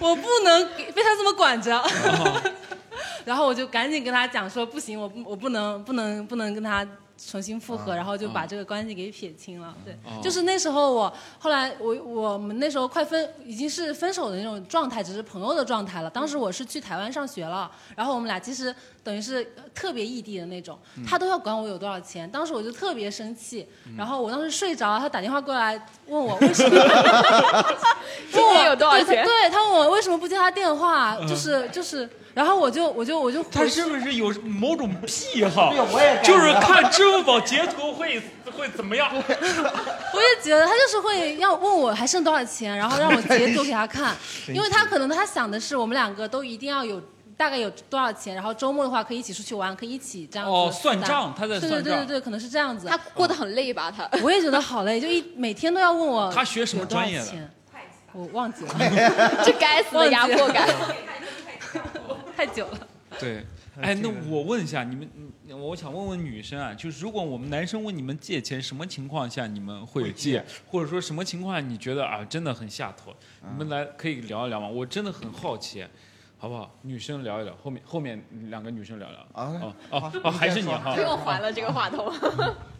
我不能给被他这么管着， <laughs> 然后我就赶紧跟他讲说，不行，我不我不能不能不能跟他重新复哦合，啊然后就嗯把啊这个关系给撇清了。对，哦就是那时候我后来我我们那时候快分已经是分手的那种状态，只是朋友的状态了。当嗯时我是去台湾上学了，然后我们俩其实等于是呃特别异地的那种，嗯他都要管我有多少钱。当时我就特别生气，然后我当时睡着，他打电话过来问我为 <laughs> 什么。今天有多少钱对他对他问我为什么不接他电话，嗯就是就是，然后我就我就我就 <laughs> 他回是不是有某种癖好？对我也感觉就是看支付宝截图会会怎么样？我也觉得他就是会要问我还剩多少钱，然后让我截图给他 <laughs> 看，因为他可能他想的是我们两个都一定要有。大概有多少钱？然后周末的话可以一起出去玩，可以一起这样子哦算账打他在对算对对账对对，可能是这样子他。过得很累吧？他我也觉得好累，就一每天都要问我他学什么有多少专业的钱？我忘 <laughs> 记了，这该死的压迫感。 <laughs> 太久了。 <laughs> 对，哎，那我问一下你们，嗯我想问问女生啊，就是如果我们男生问你们借钱，什么情况下你们会借，或者说什么情况下你觉得啊真的很下头？嗯你们来可以聊一聊吗？我真的很好奇，好不好？女生聊一聊，后面后面两个女生聊聊。哦啊哦好哦，还是你你先说哈不用还了这个话筒。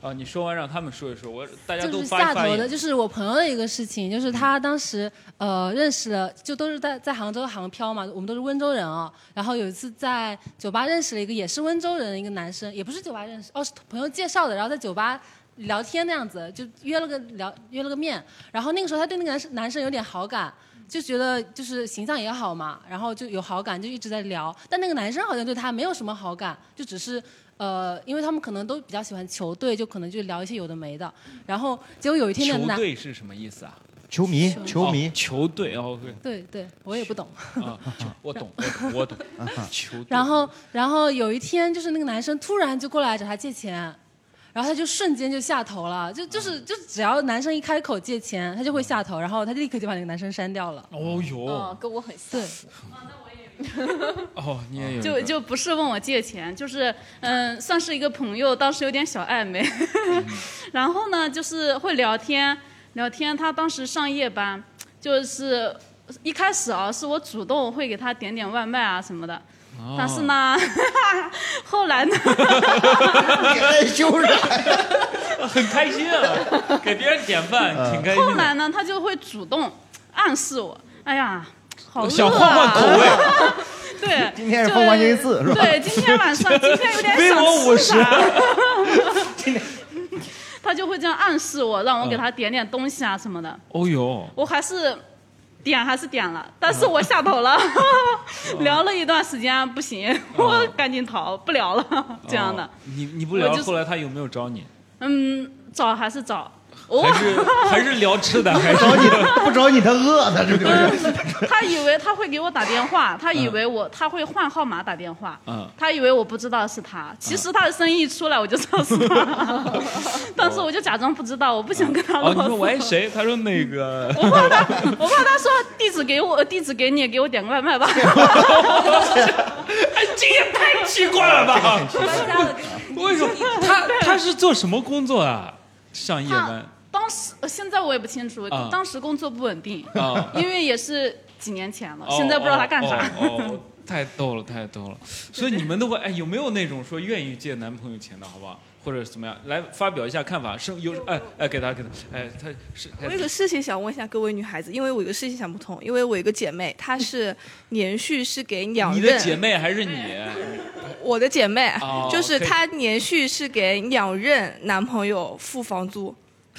啊！你说完让他们说一说，我大家就都是发一下发头的，言。就是我朋友的一个事情，就是他当时呃认识了，就都是在在杭州杭漂嘛，我们都是温州人啊、然后有一次在酒吧认识了一个也是温州人的一个男生，也不是酒吧认识，哦是朋友介绍的，然后在酒吧。聊天那样子，就约了个聊约了个面，然后那个时候他对那个男生男生有点好感，就觉得就是形象也好嘛，然后就有好感，就一直在聊。但那个男生好像对他没有什么好感，就只是呃，因为他们可能都比较喜欢球队，就可能就聊一些有的没的。然后结果有一天那个球男队是什么意思啊？球迷，球哦迷，球队哦，对对对，我也不懂。啊，球我懂，我懂，<laughs> 我懂。啊球队。 <laughs> 然后然后有一天就是那个男生突然就过来找他借钱。然后他就瞬间就下头了，就就是嗯就只要男生一开口借钱，他就会下头，然后他立刻就把那个男生删掉了。哦哟嗯，，跟我很像。对，哦，你也有一就个就不是问我借钱，就是嗯，算是一个朋友，当时有点小暧昧。 <laughs> 然后呢，就是会聊天，聊天。他当时上夜班，就是一开始啊，是我主动会给他点点外卖啊什么的。但是呢， <laughs> 后来呢，害羞啥呀？ <laughs> 很开心啊，给别人点饭挺开后心来的。呢，他就会主动暗示我，哎呀，好饿、啊，想换换口味， <laughs> <laughs> 对，今天是凤凰金丝就是吧对，今 <laughs> 天晚上，今天有点微想我吃五十，啥，他就会这样暗示我，让我给他点点东西啊什么嗯的。哦哟，我还是点还是点了，但是我下 <laughs> 头了， <laughs> 聊了一段时间不嗯行，我赶紧逃不聊了，这样的哦。你你不聊我，就后来他有没有找你？嗯，找还是找，还我是还是聊吃的，还是找你不找你，他饿的，这就是。 <laughs> 他以为他会给我打电话，他以为我他会换号码打电话 <laughs> 嗯，他以为我不知道是他，其实他的声音一出来我就知道是他， <laughs> 但是我就假装不知道，我不想跟他哦，啰你 <laughs> 说喂嗦。谁？他说那个，我 <laughs> 怕他，我怕他说地址给我，地址给你，给我点个 <laughs> 外卖吧。哎，这也太奇怪 <laughs> 了吧？为什么他他是做什么工作啊？上夜他班当时呃现在我也不清楚啊，当时工作不稳定，啊？因为也是几年前了，哦现在不知道他干啥。 <laughs> 哦哦哦太逗了，太逗了！所以你们都会哎，有没有那种说愿意借男朋友钱的，好不好？或者怎么样？来发表一下看法，是有哎哎，给他给他哎，他是哎我有个事情想问一下各位女孩子，因为我有个事情想不通，因为我有个姐妹，她是连续是给鸟你人，哎的姐妹还是你？我的姐妹，哦就是可以她连续是给两任男朋友付房租，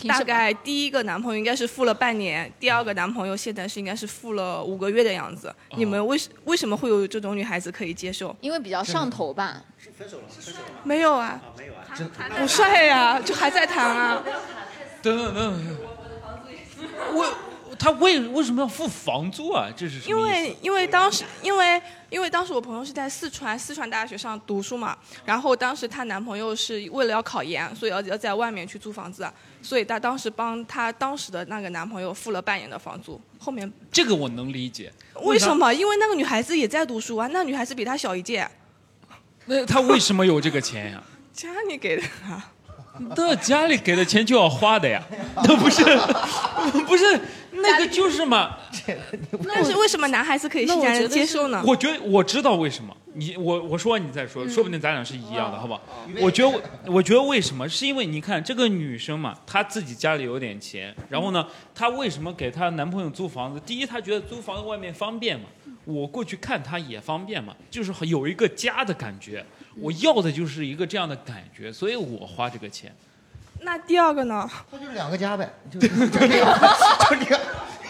大概第一个男朋友应该是付了半年，第二个男朋友现在是应该是付了五个月的样子。你们为什为什么会有这种女孩子可以接受？因为比较上头吧，没有啊，不帅呀、就还在谈啊。等等等等，我他为为什么要付房租啊？这是什因么意思为因为当时因为因为当时我朋友是在四川四川大学上读书嘛，然后当时她男朋友是为了要考研，所以要要在外面去租房子，所以她当时帮她当时的那个男朋友付了半年的房租，后面这个我能理解，为什？么？因为那个女孩子也在读书啊，那女孩子比她小一届， <laughs> 那他为什么有这个钱呀、家里给的啊。那家里给的钱就要花的呀， <laughs> 那不是不 <laughs> 是那个 <laughs> 就是嘛？但是为什么男孩子可以那欣我然觉得接是受呢？我觉得我知道为什么，你我我说完你再说，嗯说不定咱俩是一样的，好不好哦？我觉得我我觉得为什么？是因为你看这个女生嘛，她自己家里有点钱，然后呢，她为什么给她男朋友租房子？第一，她觉得租房子外面方便嘛，我过去看她也方便嘛，就是有一个家的感觉。我要的就是一个这样的感觉，所以我花这个钱。那第二个呢？那就是两个家呗。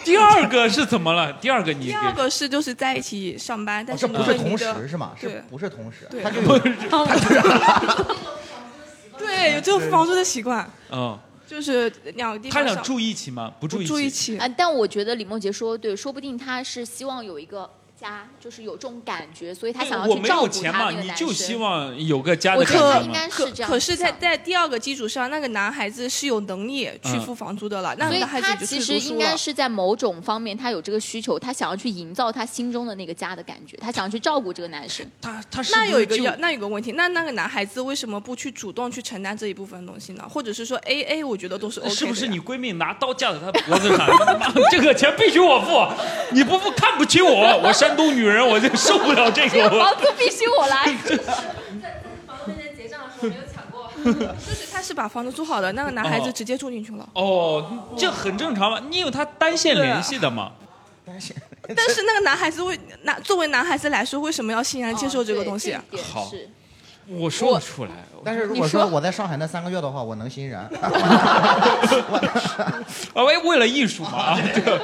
第二个是怎么了？第二个你第二个是就是在一起上班，但是这不因为是你同的时是吗？对是不是同时？对他就有，他就是 <laughs> 对，有这个房租的习惯，嗯，就是两个地他方俩上。住一起吗？不住一起。住一起啊，但我觉得李梦洁说的对，说不定他是希望有一个家，就是有这种感觉，所以他对 <laughs> 想要我去没有照顾钱他嘛，那个你男就希生。望有个家我的觉感得他觉应嘛。该是这样可是在，在第二个基础上，那个男孩子是有能力去嗯付房租的了，那所以男孩子他已经其是实读书应该了是在某种方面，他有这个需求，他想要去营造他心中的那个家的感觉，他想要去照顾这个男生。他他那有一个要，那有个问题，那那个男孩子为什么不去主动去承担这一部分东西呢？或者是说 A A，我觉得都是 OK 的呀。是不是你闺蜜拿刀架在她脖子上？妈，这个钱必须我付，你不付看不起我，我山东女人我就受不了这这个。个房我租必须我来。 <laughs> 结账的时候没有抢过。 <laughs> 就是他是把房子租好的，那个男孩子直接住进去了。哦，这很正常嘛，你有她单线联系的嘛？ <laughs> 但是那个男孩子为男作为男孩子来说，为什么要欣然接受哦这个东西？啊对这一点好是我说不出来。但是如你果说说我在上海那三个月的话，我能欣 <laughs> 然。 <laughs> 啊，为为了艺术嘛， <laughs> 啊对，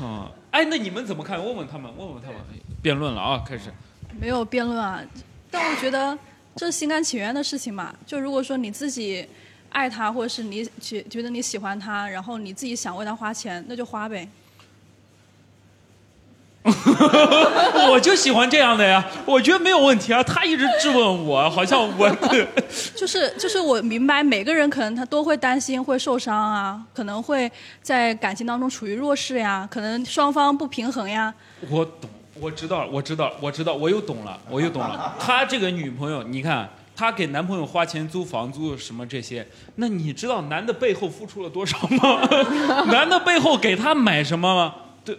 嗯，哎，那你们怎么看？问问他们，问问他们，辩论了啊，开始。 <laughs> 没有辩论啊，但我觉得这是心甘情愿的事情嘛。就如果说你自己爱他，或者是你觉觉得你喜欢他，然后你自己想为他花钱，那就花呗。我就喜欢这样的呀，我觉得没有问题啊。他一直质问我，好像我 <laughs> 就是就是我明白每个人可能他都会担心会受伤啊，可能会在感情当中处于弱势呀，可能双方不平衡呀。我懂，我知道了，我知道了，我知道，我又懂 <laughs> 了，我又懂了。他这个女朋友，你看，他给男朋友花钱租房租什么这些，那你知道男的背后付出了多少 <laughs> 吗？男的背后给他买什么吗？对，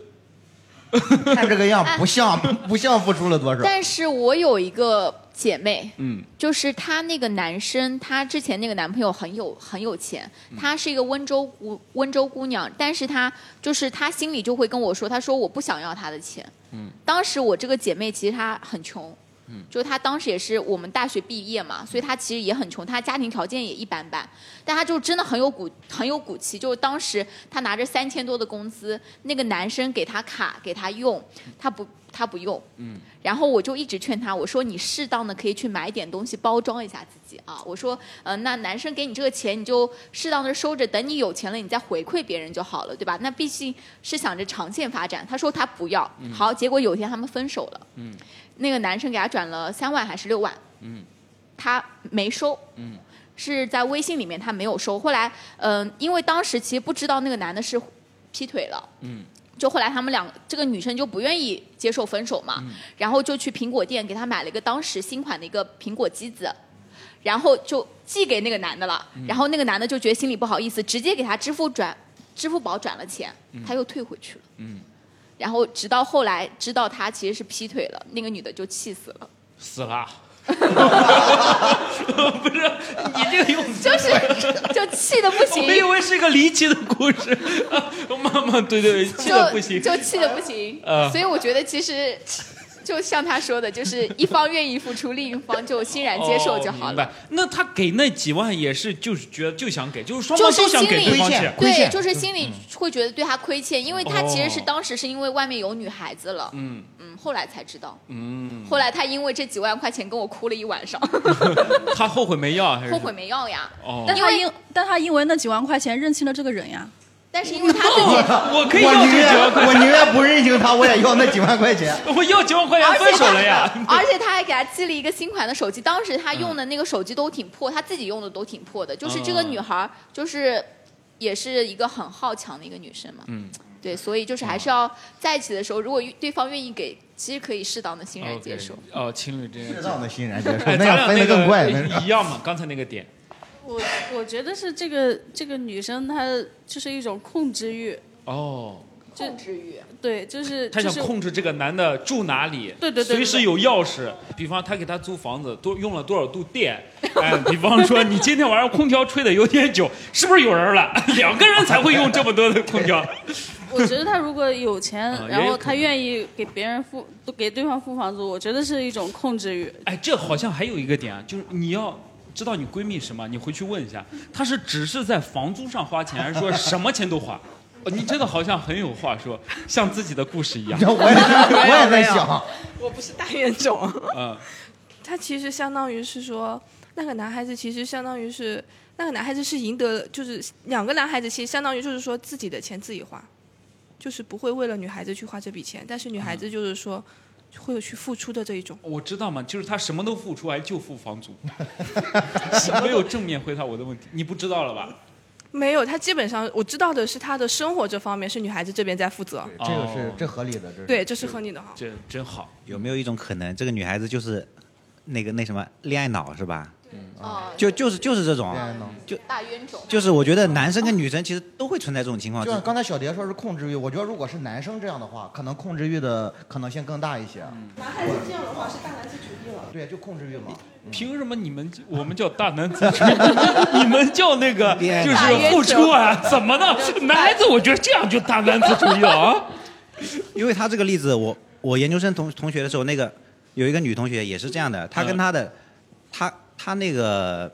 <laughs> 看这个样不像不像付出了多少。但是我有一个姐妹，嗯，就是她那个男生，她之前那个男朋友很有很有钱，嗯她是一个温州姑温州姑娘，但是她就是她心里就会跟我说，她说我不想要他的钱。嗯，当时我这个姐妹其实她很穷，嗯就她当时也是我们大学毕业嘛，所以她其实也很穷，她家庭条件也一般般，但她就真的很有骨很有骨气，就是当时她拿着三千多的工资，那个男生给她卡给她用，她不她不用，嗯，然后我就一直劝他，我说你适当的可以去买点东西包装一下自己啊。我说，呃，那男生给你这个钱，你就适当的收着，等你有钱了，你再回馈别人就好了，对吧？那毕竟是想着长线发展。他说他不要，好，结果有一天他们分手了，嗯那个男生给他转了三万还是六万，嗯他没收，嗯是在微信里面他没有收。后来，嗯、因为当时其实不知道那个男的是劈腿了。嗯就后来他们两个，这个女生就不愿意接受分手嘛，嗯然后就去苹果店给他买了一个当时新款的一个苹果机子，然后就寄给那个男的了，嗯然后那个男的就觉得心里不好意思，直接给他支付转支付宝转了钱，他又退回去了，嗯，然后直到后来知道他其实是劈腿了，那个女的就气死了，死 <laughs> 了。不是你这个用词， <laughs> 就是就气的不行我。以为是一个离奇的故事。 <laughs> 啊妈妈，对对，气的不行。就就气的不 <laughs> 行。呃所以我觉得其实就像他说的，就是一方愿意付出，另一方就欣然接受就好哦明了。白那他给那几万也是，就是觉得就想给，就是双就方是都想心给里对方亏欠钱。嗯亏对，欠就是心里会觉得对他亏欠，因为他其实是哦当时是因为外面有女孩子了，嗯嗯，后来才知道，嗯，后来他因为这几万块钱跟我哭了一晚 <laughs> 上，他后悔没要还是后悔没要呀。哦但因他为因但他因为那几万块钱认清了这个人呀。但是因为他自己，我可以我要宁这愿几万块，我宁愿不认清他，我也要那几万块钱。我要几万块而钱且分手他了呀。而且他还给他寄了一个新款的手机，当时他用的那个手机都挺破，他自己用的都挺破的。就是这个嗯女孩儿，就是也是一个很好强的一个女生嘛。嗯，对，所以就是还是啊要在一起的时候，如果对方愿意给，其实可以适当的欣然接受。哦，情侣之间适。当的欣然接受，哎，那咱样俩分那得个更快。那一样嘛，刚才那个点。我我觉得是这个这个女生她就是一种控制欲，哦，控制欲，对，就是他想就是控制这个男的住哪里，对对对对随时有钥匙。比方他给他租房子，多用了多少度电？ <laughs> 哎，比方说你今天晚上空调吹的有点久，是不是有人了？ <laughs> 两个人才会用这么多的空调。我觉得他如果有钱， <laughs> 啊然也后有可他愿意给别人付，都给对方付房租，我觉得是一种控制欲。哎，这好像还有一个点啊，就是你要知道你闺蜜什么，你回去问一下，她是只是在房租上花钱，还是说什么钱都花？哦你真的好像很有话说，像自己的故事一样。 <laughs> 我也我也在想，我不是大冤种。嗯， <laughs> 他其实相当于是说，那个男孩子其实相当于是那个男孩子是赢得，就是两个男孩子其实相当于就是说自己的钱自己花，就是不会为了女孩子去花这笔钱，但是女孩子就是说会有去付出的这一种。我知道嘛，就是她什么都付出，还就付 <laughs> 房租，没有正面回答我的问题，你不知道了吧？没有，他基本上我知道的是他的生活这方面是女孩子这边在负责。这个是这合理的，这对，这是和你的哈。哦这真好。有没有一种可能，这个女孩子就是那个那什么恋爱脑是吧？嗯啊哦，就就是就是这种，就大冤种。就是我觉得男生跟女生其实都会存在这种情况就。像刚才小蝶说是控制欲，我觉得如果是男生这样的话，可能控制欲的可能性更大一些。嗯嗯男孩子这样的话是大男子主义了。对，就控制欲嘛。凭什么你们我们叫大男子主义， <laughs> 你们叫那个就是付出啊？怎么的？男孩子我觉得这啊样就大男子主义了啊？ <laughs> 因为他这个例子，我我研究生同同学的时候，那个有一个女同学也是这样的，她跟她的，她她那个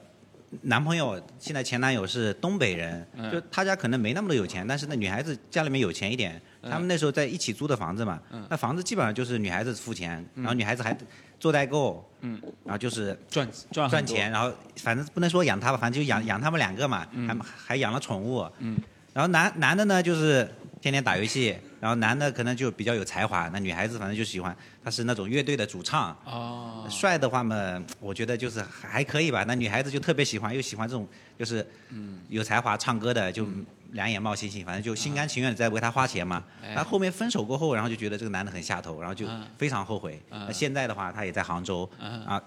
男朋友现在前男友是东北人，嗯就她家可能没那么多有钱，但是那女孩子家里面有钱一点，嗯他们那时候在一起租的房子嘛，嗯那房子基本上就是女孩子付钱，嗯然后女孩子还做代购，嗯，然后就是赚赚赚很多钱，然后反正不能说养他吧，反正就养养他们两个嘛，还还养了宠物。嗯，然后男男的呢就是天天打游戏，然后男的可能就比较有才华，那女孩子反正就喜欢他是那种乐队的主唱，啊哦，帅的话嘛，我觉得就是还还可以吧。那女孩子就特别喜欢，又喜欢这种就是嗯，有才华唱歌的，就两眼冒星星，反正就心甘情愿地在为他花钱嘛。哎然后后面分手过后，然后就觉得这个男的很下头，然后就嗯非常后悔。嗯那现在的话，他也在杭州嗯啊，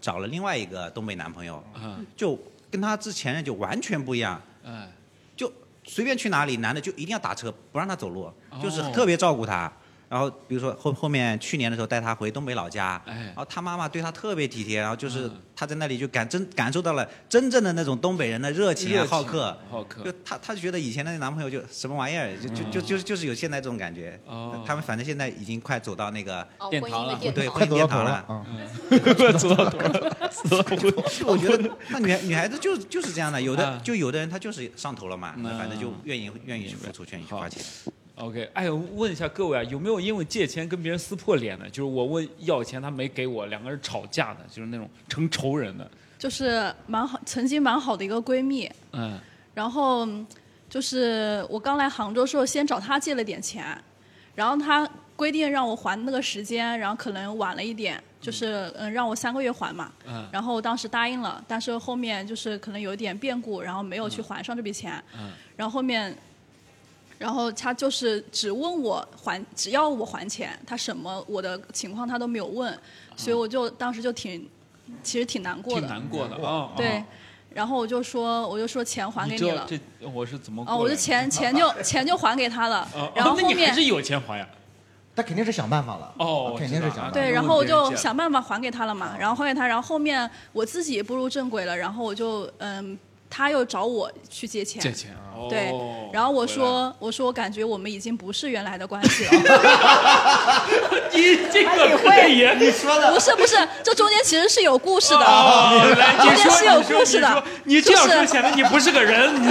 找了另外一个东北男朋友，嗯，就跟他之前任就完全不一样，哎，就随便去哪里，男的就一定要打车，不让他走路，就是哦特别照顾他。然后比如说后后面去年的时候带他回东北老家，哎然后他妈妈对他特别体贴，然后就是嗯他在那里就感真感受到了真正的那种东北人的热情啊热情好客。好就客，他，他觉得以前的男朋友就什么玩意儿，就就就就就是有现在这种感觉。嗯哦他们反正现在已经快走到那个哦，殿婚堂姻的了 <laughs> 殿对堂快走到头了嗯啊！走到头了，嗯 <laughs> 走 <laughs> 到头了。是我觉得那女孩女孩子就是就是这样的，有的、啊就有的人她就是上头了嘛，嗯那反正就愿意愿意去付出，愿意去花钱。 OK，哎，我问一下各位啊，有没有因为借钱跟别人撕破脸的？就是我问要钱，他没给我，两个人吵架的，就是那种成仇人的。就是蛮好，曾经蛮好的一个闺蜜，嗯，然后嗯就是我刚来杭州的时候，先找她借了点钱，然后她规定让我还那个时间，然后可能晚了一点，就是嗯让我三个月还嘛，嗯然后我当时答应了，但是后面就是可能有点变故，然后没有去还上这笔钱，嗯然后后面。然后她就是只问我还，只要我还钱，她什么我的情况她都没有问，所以我就当时就挺，其实挺难嗯过挺的。难过的啊。对啊，然后我就说，我就说钱还给知你道了。这我是怎么过啊，我来的就 <laughs> 钱钱就钱就还给他了啊，然后哦那后你还面是有钱还呀？他肯定是想办法了，哦，肯定是想办法。对，如然果后我别人就借想办法还给他了嘛，然后还给他，然后后面我自己也步入正轨了，然后我就嗯，他又找我去借钱，借钱，哦对，然后我，说我说我感觉我们已经不是原来的关系了，回来 <laughs> 你这个可以啊你说的不是不是，这中间其实是有故事的，哦，来，中你间说是有你说故事你的说，你这样就是说显得你不是个人， <laughs> 你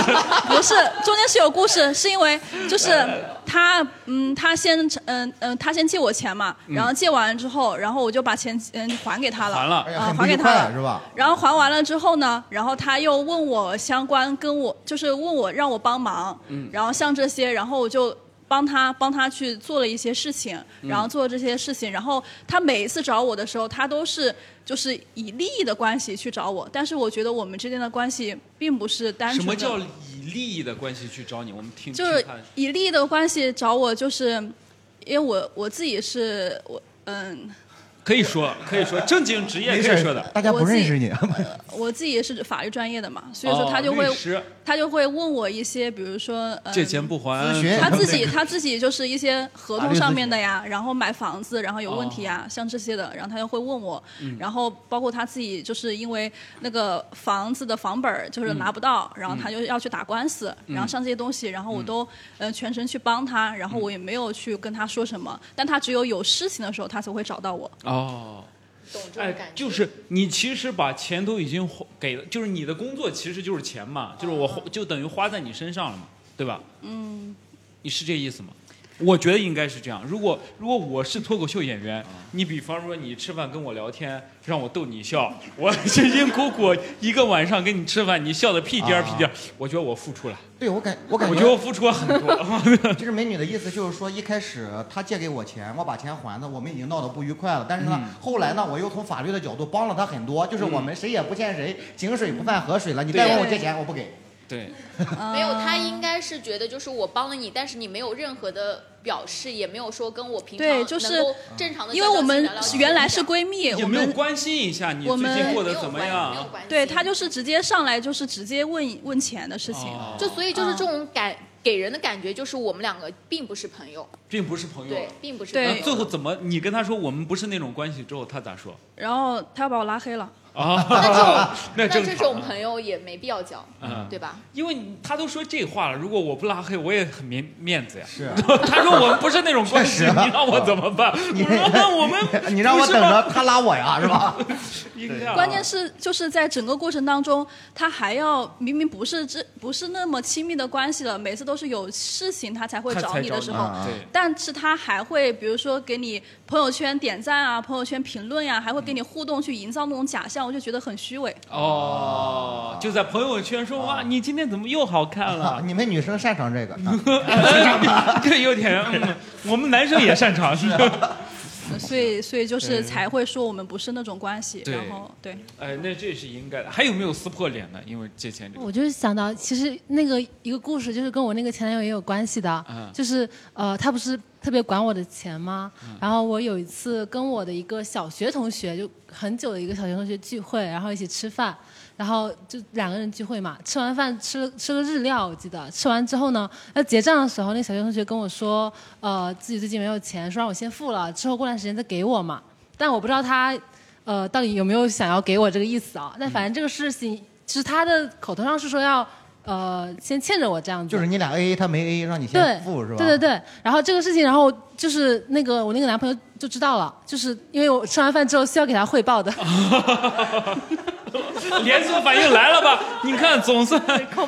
不是，中间是有故事，是因为就是呃他，嗯，他先，嗯嗯，他先借我钱嘛，然后借完之后，然后我就把钱，嗯，还给他了，嗯还了哎呀，啊，很不还愉给他快了，是吧？然后还完了之后呢，然后他又问我相关跟我就是问我让我帮忙，嗯然后像这些，然后我就帮他帮他去做了一些事情，嗯然后做这些事情，然后他每一次找我的时候，他都是就是以利益的关系去找我，但是我觉得我们之间的关系并不是单纯什的。么叫以利益的关系去找你？我们 <laughs> 听就是听看以利益的关系找我，就是因为我我自己是我嗯，可以说，可以说正经职业没可以事说的，大家不认识你，我自己是法律专业的嘛，所以说他就会哦律师他就会问我一些，比如说、呃、借钱不还咨询 <laughs> 他自己他自己就是一些合同上面的呀，然后买房子然后有问题呀，像这些的，然后他就会问我，哦嗯然后包括他自己就是因为那个房子的房本儿嗯就是拿不到，然后他就要去打官司，嗯然后像这些东西，然后嗯我都呃全程去帮他，然后我也没有去跟他说什么，但他只有有事情的时候他才会找到我。哦。哎，就是你其实把钱都已经花给了，就是你的工作其实就是钱嘛，就是我花就等于花在你身上了嘛，对吧？嗯，你是这意思吗？我觉得应该是这样。如果如果我是脱口秀演员，嗯你比方说你吃饭跟我聊天，让我逗你笑， <laughs> 我辛辛苦苦一个晚上跟你吃饭，你笑的屁颠啊儿屁颠儿，我觉得我付出了。对我感我感我觉得我付出了很 <laughs> 多。就是美女的意思，就是说一开始她借给我钱，我把钱还她，我们已经闹得不愉快了。但是呢，嗯后来呢，我又从法律的角度帮了她很多，就是我们谁也不欠谁，井水不犯河水了。你对再问我借钱，我不给。对，嗯没有，他应该是觉得就是我帮了你，但是你没有任何的表示，也没有说跟我平常对就是能够正常的，因为我们原来是闺蜜，也我没有们关心一下你我最们近过得怎么样？啊对他就是直接上来就是直接问问钱的事情，嗯哦就所以就是这种感给人的感觉就是我们两个并不是朋友，并不是朋友啊对，。并不是朋那友。最后怎么你跟他说我们不是那种关系之后，他咋说？然后他把我拉黑了。啊， <laughs> 那正这常种啊朋友也没必要交，嗯对吧？因为你他都说这话了，如果我不拉黑，我也很没面子呀。是啊 <laughs> 他说我们不是那种关系，确实啊你让我怎 <laughs> 么办？你让我们 <laughs> 你让我不等是吧着她拉我呀，是吧？应该啊关键是就是在整个过程当中，他还要明明不是这不是那么亲密的关系了，每次都是有事情他才会他找才你的时候，你啊对，但是他还会比如说给你朋友圈点赞啊，朋友圈评论呀、还会给你互动去营造那种假象，我就觉得很虚伪。哦，就在朋友圈说哇，你今天怎么又好看了？哦 <laughs> 你们女生擅长这 <laughs> 个，啊这有点， <laughs> 嗯 <laughs> 我们男生也擅长。呃所以所以就是嗯对才会说我们不是那种关系，对然后对。哎，那这是应该的。还有没有撕破脸的？因为借钱这个我就是想到，其实那个一个故事，就是跟我那个前男友也有关系的，嗯就是呃，他不是特别管我的钱吗？然后我有一次跟我的一个小学同学，就很久的一个小学同学聚会，然后一起吃饭，然后就两个人聚会嘛，吃完饭吃了吃了日料，我记得吃完之后呢，那结账的时候，那个小学同学跟我说，呃，自己最近没有钱，说让我先付了，之后过段时间再给我嘛。但我不知道他呃，到底有没有想要给我这个意思啊？但反正这个事情，就是他的口头上是说要呃先欠着我这样子，就是你俩 A A，她没 A A，让你对先付是吧？对对对。然后这个事情，然后就是那个我那个男朋友就知道了，就是因为我吃完饭之后需要给他汇报的。 <laughs> <laughs> 连锁反应来了吧？你看，总算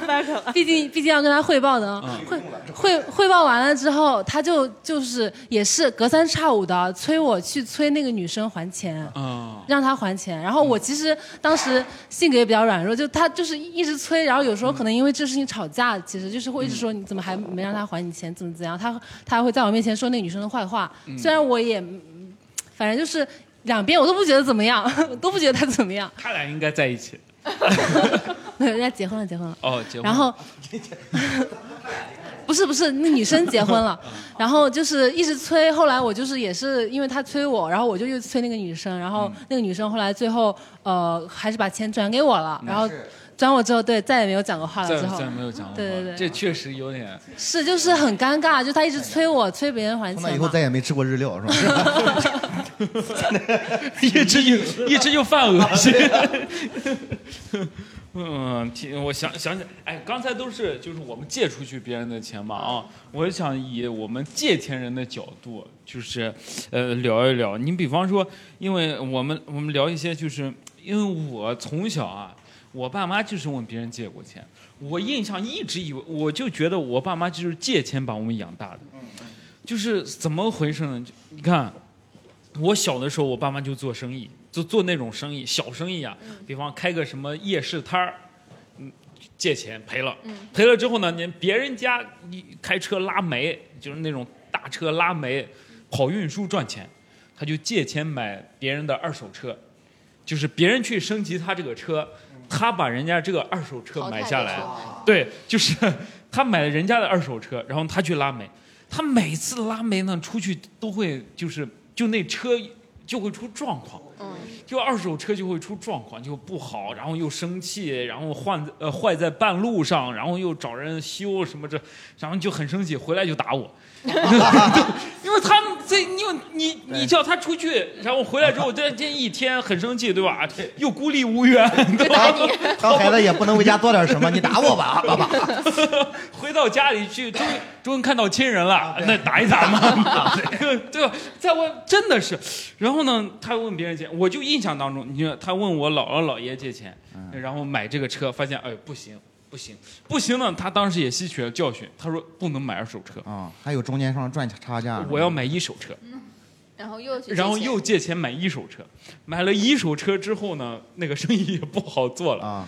<laughs> 毕竟毕竟要跟他汇报嗯的，汇汇汇报完了之后，他就就是也是隔三差五的催我去催那个女生还钱，啊，让他还钱。然后我其实当时性格也比较软弱，就他就是一直催，然后有时候可能因为这事情吵架，其实就是会一直说你怎么还没让他还你钱，怎么怎么样，他他还会在我面前说那女生的坏话嗯，虽然我也嗯反正就是两边我都不觉得怎么样， <laughs> 我都不觉得他怎么样， <laughs> 他俩应该在一起。对，人家结婚了，结婚了。哦，结婚了。然后， <laughs> 不是不是，那女生结婚 <laughs> 了，然后就是一直催，后来我就是也是因为他催我，然后我就又催那个女生，然后嗯那个女生后来最后呃还是把钱转给我了，然后转我之后对再也没有讲过话了，嗯再之后再没有讲过话对对对这确实有点。是就是很尴尬，就他一直催我催别人还从那钱以后嘛再。也没吃过日料是吧？ <laughs> <laughs> 一直就一直就犯 <laughs> 恶心。 <laughs> 嗯，挺我想想想，哎，刚才都是就是我们借出去别人的钱嘛啊，我想以我们借钱人的角度，就是呃聊一聊。你比方说，因为我们我们聊一些，就是因为我从小啊，我爸妈就是问别人借过钱，我印象一直以为，我就觉得我爸妈就是借钱把我们养大的，就是怎么回事呢？就你看，我小的时候，我爸妈就做生意，就做那种生意，小生意啊，比方开个什么夜市摊儿，嗯，借钱赔了，嗯赔了之后呢，你别人家你开车拉煤，就是那种大车拉煤，跑运输赚钱，他就借钱买别人的二手车，就是别人去升级他这个车，他把人家这个二手车买下来，对，就是 <laughs> 他买了人家的二手车，然后他去拉煤，他每次拉煤呢出去都会就是就那车就会出状况，嗯就二手车就会出状况，就不好，然后又生气，然后换呃坏在半路上，然后又找人修什么这，然后就很生气，回来就打我。因为他们这，因为你你叫他出去，然后回来之后这这一天很生气，对吧？啊又孤立无援，对吧？ <laughs> 当孩子也不能为家做点什么，你打我吧， <laughs> 爸爸。 <laughs> 回到家里去，终于 <laughs> 终于看到亲人啊了，那打一打嘛， <laughs> 对吧？在外真的是，然后呢，他问别人借，我就印象当中，你看他问我姥姥姥爷借钱，嗯然后买这个车，发现哎不行不行不行呢，他当时也吸取了教训，他说不能买二手车，啊，还有中间商赚差价呢。我要买一手车。然后又去借然后钱又借钱买一手车，买了一手车之后呢，那个生意也不好做了，啊，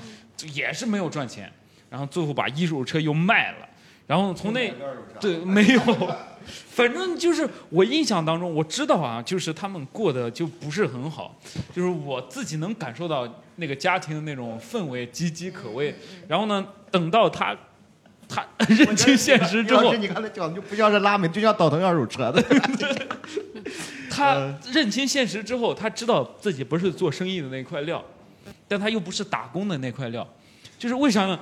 也是没有赚钱，然后最后把一手车又卖了，然后从那对没有， <laughs> 反正就是我印象当中我知道啊，就是他们过得就不是很好，就是我自己能感受到那个家庭的那种氛围岌岌可危，然后呢，等到他他 <laughs> 认清现实之老后师，，你刚才讲的就不像是拉美，就像倒腾二手 <laughs> 车的。他认清现实之后，他知道自己不是做生意的那块料，但他又不是打工的那块料，就是为啥呢？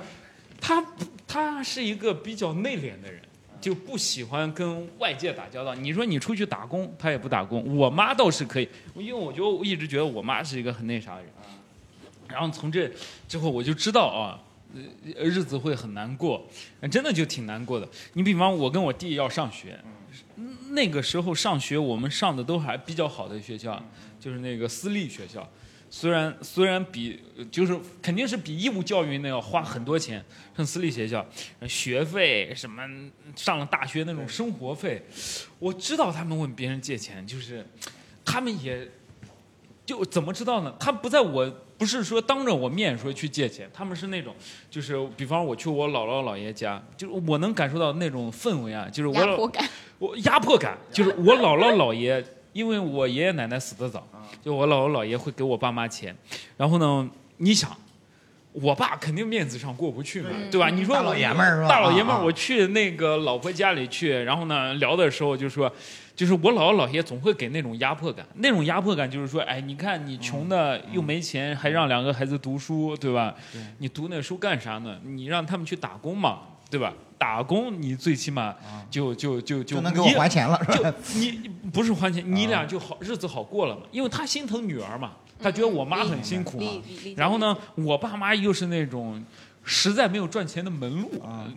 他他是一个比较内敛的人，就不喜欢跟外界打交道。你说你出去打工，他也不打工。我妈倒是可以，因为我觉得我一直觉得我妈是一个很那啥的人。然后从这之后，我就知道啊，呃日子会很难过，真的就挺难过的。你比方我跟我弟要上学，那个时候上学，我们上的都还比较好的学校，就是那个私立学校。虽然虽然比呃就是肯定是比义务教育那要花很多钱，上私立学校，呃学费什么，上了大学那种生活费，我知道他们问别人借钱，就是他们也就怎么知道呢？他不在我不是说当着我面说去借钱，他们是那种就是比方我去我姥姥姥爷家，就是我能感受到那种氛围啊，就是我压老迫感。我压迫感，就是我姥姥姥爷，因为我爷爷奶奶死得早，就我姥姥姥爷会给我爸妈钱，然后呢，你想，我爸肯定面子上过不去嘛，对吧？你说大我老爷们儿是吧大老爷们啊儿，啊我去那个老婆家里去，然后呢聊的时候就说，就是我姥姥姥爷总会给那种压迫感，那种压迫感就是说，哎，你看你嗯穷的又没钱，还让两个孩子读书，对吧？你读那书干啥呢？你让他们去打工嘛，对吧？打工你最起码就就就就啊就能给我你还钱了，是吧？啊就你不是还钱，你俩就好日子好过了嘛，因为他心疼女儿嘛，他觉得我妈很辛嗯苦嘛理理理解。然后呢，我爸妈又是那种实在没有赚钱的门路，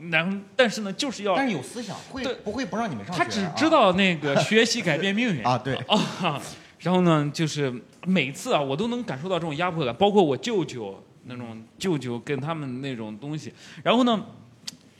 然后但是呢，就是要啊但是有思想，会对不会不让你们上学他啊？只知道那个学习改变命 <laughs> 运啊对啊。然后呢，就是每次啊，我都能感受到这种压迫感，包括我舅舅那种舅舅跟他们那种东西。然后呢，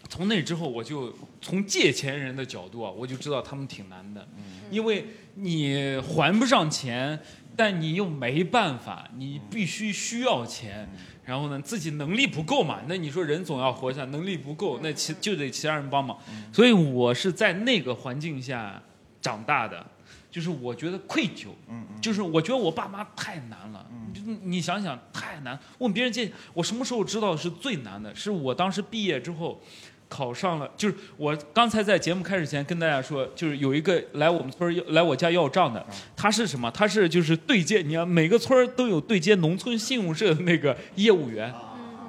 从那之后，我就从借钱人的角度啊，我就知道他们挺难的，嗯因为你还不上钱，但你又没办法，你必须需要钱。然后呢，自己能力不够嘛，那你说人总要活下，能力不够，那其就得其他人帮忙。所以我是在那个环境下长大的，就是我觉得愧疚，嗯就是我觉得我爸妈太难了，就是你想想太难，问别人借，我什么时候知道是最难的？是我当时毕业之后。考上了，就是我刚才在节目开始前跟大家说，就是有一个来我们村儿要来我家要账的，他是什么？他是就是对接，你看每个村儿都有对接农村信用社的那个业务员，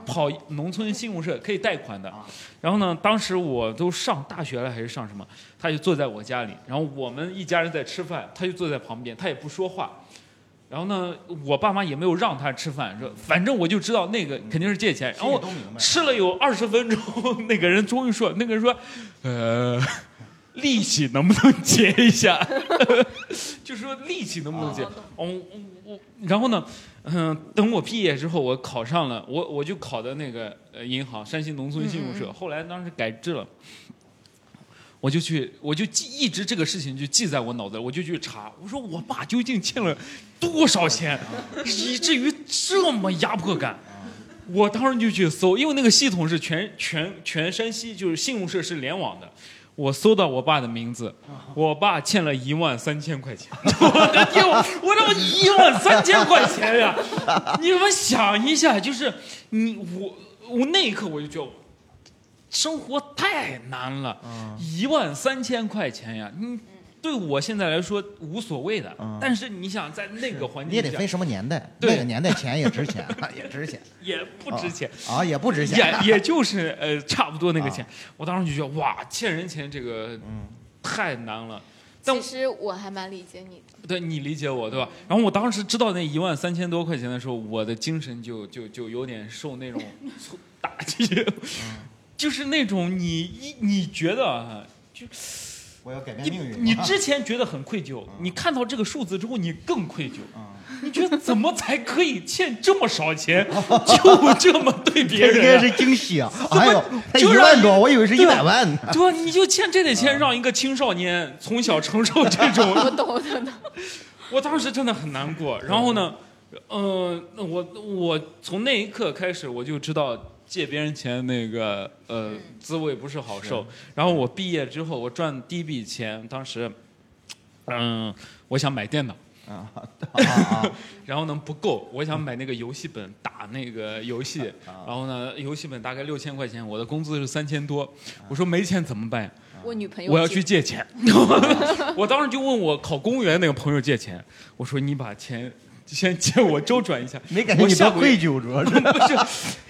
跑农村信用社可以贷款的。然后呢，当时我都上大学了还是上什么，他就坐在我家里，然后我们一家人在吃饭，他就坐在旁边，他也不说话。然后呢，我爸妈也没有让他吃饭，说反正我就知道那个肯定是借钱。然嗯心里后都明白吃了有二十分钟， <laughs> 那个人终于说，那个人说，呃， <laughs> 利息能不能 <laughs> 结一下？就说利息能不能结？哦，我我然后呢，嗯、等我毕业之后，我考上了，我我就考的那个呃银行，山西农村信用社，后来当时改制了。我就去，我就记，一直这个事情就记在我脑子里，我就去查，我说我爸究竟欠了多少钱，以至于这么压迫感。我当时就去搜，因为那个系统是全全全山西就是信用社是联网的，我搜到我爸的名字，我爸欠了一万三千块钱，我的天，我我他妈一万三千块钱 <laughs> 呀！你们想一下，就是你我我那一刻我就觉得。嗯生活太难了，一万三千块钱呀！你对我现在来说无所谓的。但是你想在那个环境嗯你下，也得分什么年代，对那个年代钱也值钱，啊也值钱， <laughs> 也不值钱啊，也不值钱，啊也也就是呃差不多那个钱。我当时就觉得哇，欠人钱这个嗯太难了。但其实我还蛮理解你的。对你理解我对吧？然后我当时知道那一万三千多块钱的时候，我的精神就就就有点受那种打击，就是那种你一你觉得啊，就我要改变你命运。啊嗯你之前觉得很愧疚，你看到这个数字之后，你更愧疚，你觉得怎么才可以欠这么少钱，就这么对别这应该是人啊？惊喜啊！怎么哎呦，才就一让万你多，我以为是一百万呢。对吧？你就欠这嗯点钱，让一个青少年从小承受这种 <laughs> 我懂，我懂，懂。我当时真的很难过。然后呢，呃，那我我从那一刻开始，我就知道借别人钱那个呃嗯滋味不是好受。然后我毕业之后，我赚第一笔钱，当时，嗯、我想买电脑。啊， <laughs> 然后呢不够，我想买那个游戏本打那个游戏，啊然后呢游戏本大概六千块钱，我的工资是三千多，啊我说没钱怎么办呀？我女朋友，啊我要去借 <laughs> 钱。我当时就问我考公务员那个朋友借钱，我说你把钱先借我周转一下。没感觉我你下多个月愧 <laughs> 疚，主要是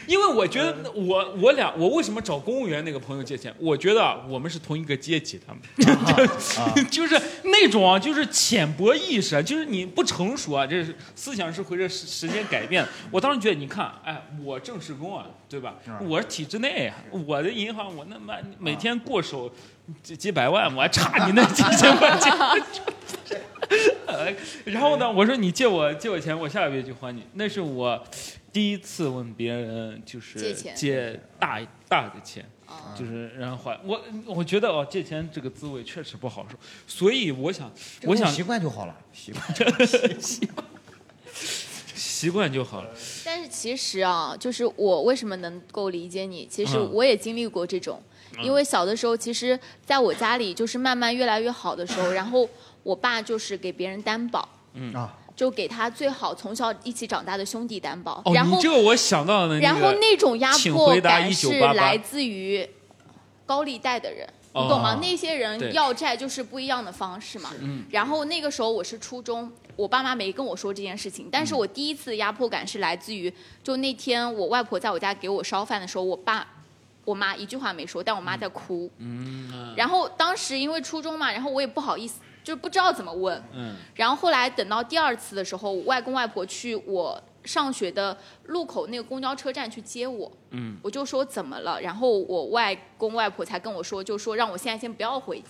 因为我觉得我我俩我为什么找公务员那个朋友借钱？我觉得啊我们是同一个阶级的， <laughs> 就是那种啊，就是浅薄意识，啊，就是你不成熟啊，这是思想是随着时时间改变的。我当时觉得，你看，哎，我正式工啊，啊对吧？我是体制内啊，我的银行我那么每天过手几几百万，我还差你那几千块钱。呃， <laughs> 然后呢，我说你借我借我钱，我下个月就还你。那是我第一次问别人就是借钱借大大的钱，嗯哦就是然后还我。我觉得哦，借钱这个滋味确实不好受，所以我想，我想习惯就好了，习惯。习惯就好了。但是其实啊，就是我为什么能够理解你，其实嗯我也经历过这种，因为小的时候，其实在我家里就是慢慢越来越好的时 <laughs> 候，然后我爸就是给别人担保，嗯啊，就给他最好从小一起长大的兄弟担保，哦，然你后这个我想到了、那个，然后那种压请迫回答感是1988来自于高利贷的人，哦你懂吗？那些对人要债就是不一样的方式嘛。嗯然后那个时候我是初中，我爸妈没跟我说这件事情，但嗯是我第一次压迫感是来自于，就那天我外婆在我家给我烧饭的时候，我爸。我妈一句话没说，但我妈在哭。嗯然后当时因为初中嘛，然后我也不好意思，就是不知道怎么问。 <laughs> 嗯然后后来等到第二次的时候，我外公外婆去我上学的路口那个公交车站去接我，嗯我就说怎么了，然后我外公外婆才跟我说，就说让我现在先不要回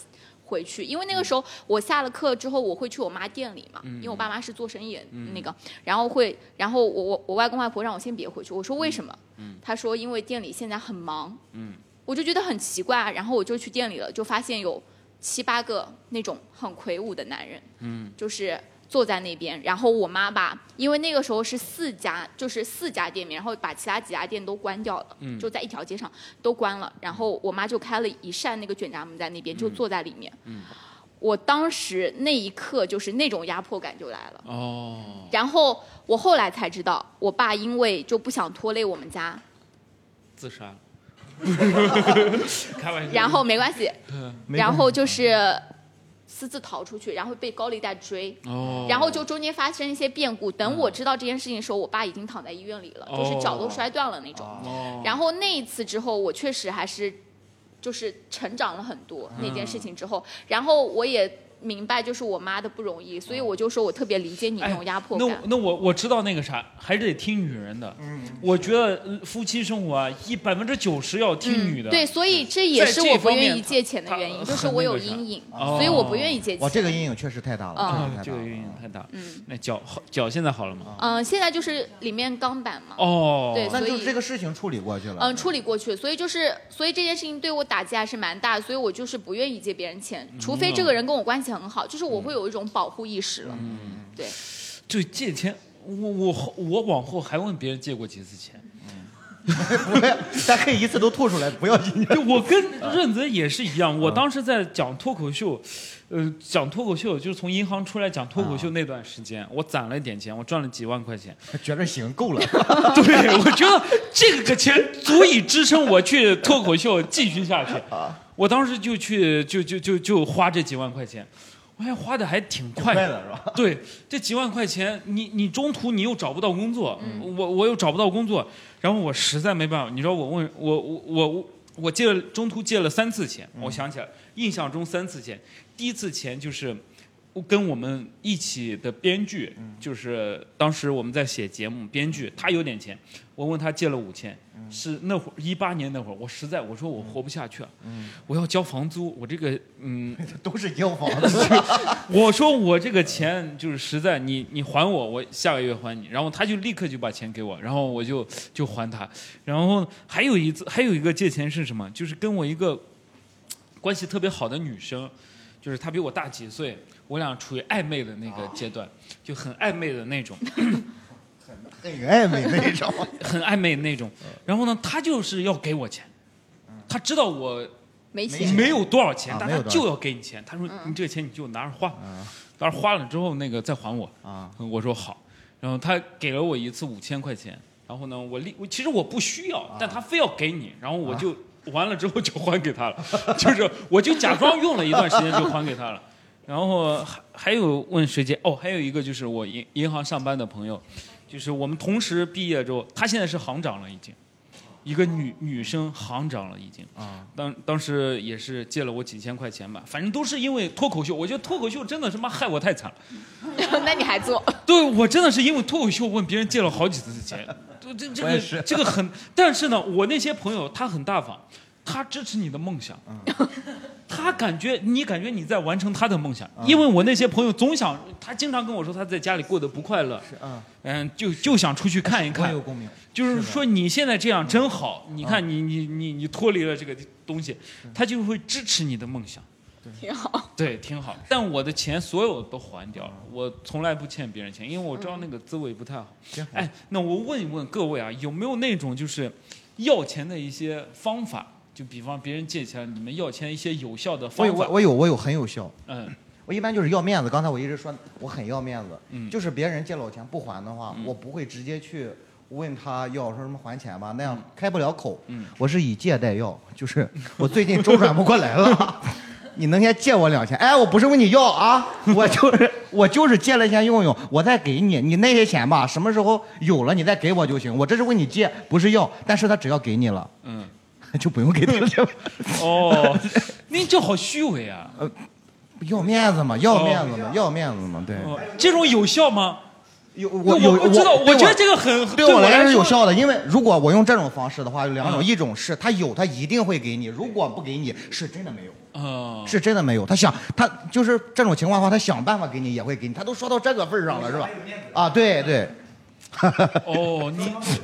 回去，因为那个时候我下了课之后，我会去我妈店里嘛，因为我爸妈是做生意的那个，然后会，然后我我我外公外婆让我先别回去，我说为什么？他说因为店里现在很忙，嗯我就觉得很奇怪啊，然后我就去店里了，就发现有七八个那种很魁梧的男人，嗯就是坐在那边，然后我妈吧，因为那个时候是四家，就是四家店面，然后把其他几家店都关掉了，嗯就在一条街上都关了，然后我妈就开了一扇那个卷闸门在那边，就坐在里面。嗯我当时那一刻就是那种压迫感就来了，哦，然后我后来才知道，我爸因为就不想拖累我们家，自 <laughs> 杀。开玩笑。然后没关系，嗯然后就是私自逃出去，然后被高利贷追。哦，嗯然后就中间发生一些变故。等我知道这件事情的时候，我爸已经躺在医院里了，就是脚都摔断了那种。哦，然后那一次之后，我确实还是就是成长了很多。嗯那件事情之后，然后我也明白就是我妈的不容易，所以我就说我特别理解你那种压迫哎那我感。那我我知道那个啥，还是得听女人的。嗯我觉得呃夫妻生活啊，一百分之九十要听女的。嗯对，，所以这也是我不愿意借钱的原在呃因，这就方面 <laughs> 是我有阴影，哦所以我不愿意借哇，钱。这个阴影确实太大了，啊，确实这个太大阴了影。太大。嗯那脚好脚现在好了吗？嗯、现在就是里面钢板嘛，哦，对那所就以这个事情处理过去了。嗯，处理过去，所以就是，所以这件事情对我打击还是蛮大，所以我就是不愿意借别人钱，除非哦这个人跟我关系很好，就是嗯我会有一种保护意识了。对，就借钱，我我后我往后还问别人借过几次钱。 <laughs> 不要，咱可嗯以一次都吐出来，不要紧。嗯对，我跟润泽也是一样。我当时在讲脱口秀，呃，讲脱口秀就是从银行出来讲脱口啊秀那段时间，我攒了一点钱，我赚了几万块钱。觉得行，够了。 <laughs> 对，我觉得这个钱足以支撑我去脱口秀继续下去。我当时就去，就就就就花这几万块钱。我还花的还挺快挺快的是吧？对，这几万块钱，你你中途你又找不到工作，我我又找不到工作，然后我实在没办法，你知道我问我我我我我借了中途借了三次钱，嗯我想起来，印象中三次钱，第一次钱就是。我跟我们一起的编剧，嗯就是当时我们在写节目，编剧他有点钱，我问他借了五千，嗯是那会儿一八年那会儿，我实在我说我活不下去了，嗯，我要交房租，我这个嗯， <laughs> 都是交房租。 <laughs> 我说我这个钱就是实在，你你还我，我下个月还你。然后他就立刻就把钱给我，然后我就就还他。然后还有一次，还有一个借钱是什么？就是跟我一个关系特别好的女生，就是她比我大几岁，我俩处于暧昧的那个阶段，就很暧昧的那种。很暧昧那种， <laughs> 很暧昧那种。然后呢，他就是要给我钱，他知道我没钱没有多少钱啊，但没有他多少嗯就要给你钱。他说：“你这个钱你就拿着花，拿着花了之后那个再还我。”嗯啊，我说好。然后他给了我一次五千块钱，然后呢，我立我其实我不需啊要，但他非要给你，然后我就完了之后就还给他了， <laughs> 就是我就假装用了一段时间就还给他了。 <laughs> 然后还还有问学姐哦，还有一个就是我银银行上班的朋友，就是我们同时毕业之后，她现在是行长了已经，一个女女生行长了已经。啊，当当时也是借了我几千块钱吧，反正都是因为脱口秀，我觉得脱口秀真的是妈害我太惨了。 <laughs> 那你 <laughs> 还做？对我真的是因为脱口秀问别人借了好几次钱，这这这我也个是这个很，但是呢，我那些朋友他很大方，他支持你的梦想，嗯 <laughs> 他感觉你感觉你在完成他的梦啊嗯想，因为我那些朋友总想，他经常跟我说他在家里过得不快乐，嗯，嗯，就就想出去看一我看也有，共鸣。就是的嗯说你现在这样真好，你看你你你你脱离了这个东西，他就会支持你的梦想。挺好。对，挺好。但我的钱所有都还掉了，我从来不欠别人钱，因为我知道那个滋味不太好。行哎，那我问一问各位啊，有没有那种就是要钱的一些方法？就比方别人借钱，你们要钱一些有效的我方有我法？我有我有很有效。嗯我一般就是要面子，刚才我一直说我很要面子，嗯就是别人借了我钱不还的话，嗯我不会直接去问他要说什么还钱吧，那样开不了口。嗯我是以借代要，就是 <laughs> 我最近周转不过来了， <laughs> 你能先借我两千？哎，我不是问你要啊，我就是我就是借了钱用用，我再给你，你那些钱吧，什么时候有了你再给我就行。我这是问你借，不是要，但是他只要给你了， <laughs> 嗯，就不用给他了。哦，那这好虚伪啊！呃要面子嘛，要面子嘛，要面子嘛，对。哦这种有效吗？有我那我有不知道，对我觉得这个很对我来来说是有说效的，因为如果我用这种方式的话，有两种，嗯一种是他有，他一定会给你；如果不给你，是真的没有，哦是真的没有。他想，他就是这种情况的话，他想办法给你也会给你。他都说到这个份儿上了，是吧？啊，对对，哦，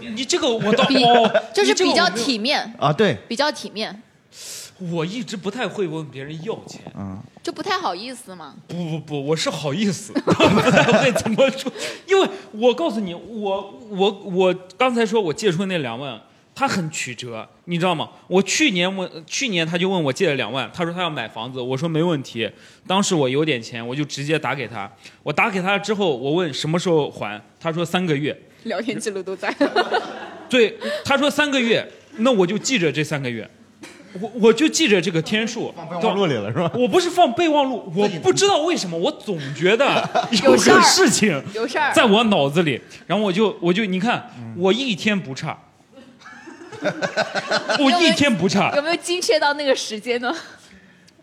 你你这个我倒哦，就是你这个比较我没有体面，啊对，比较体面，我一直不太会问别人要钱。嗯就不太好意思嘛。不不不，我是好意思， <laughs> 我不太会怎么说，因为我告诉你，我我我刚才说我借出那两万，他很曲折，你知道吗？我去年问，去年他就问我借了两万，他说他要买房子，我说没问题，当时我有点钱，我就直接打给他，我打给他之后，我问什么时候还，他说三个月， <laughs> 聊天记录都 <laughs> 在。对，他说三个月，那我就记着这三个月，我我就记着这个天数，录里了是吧？我不是放备忘录，我不知道为什么，我总觉得 <laughs> 有事儿个事情有事儿在我脑子里，然后我就我就你看，嗯我一天不 <laughs> 差，我一天不差，有没有精确到那个时间呢？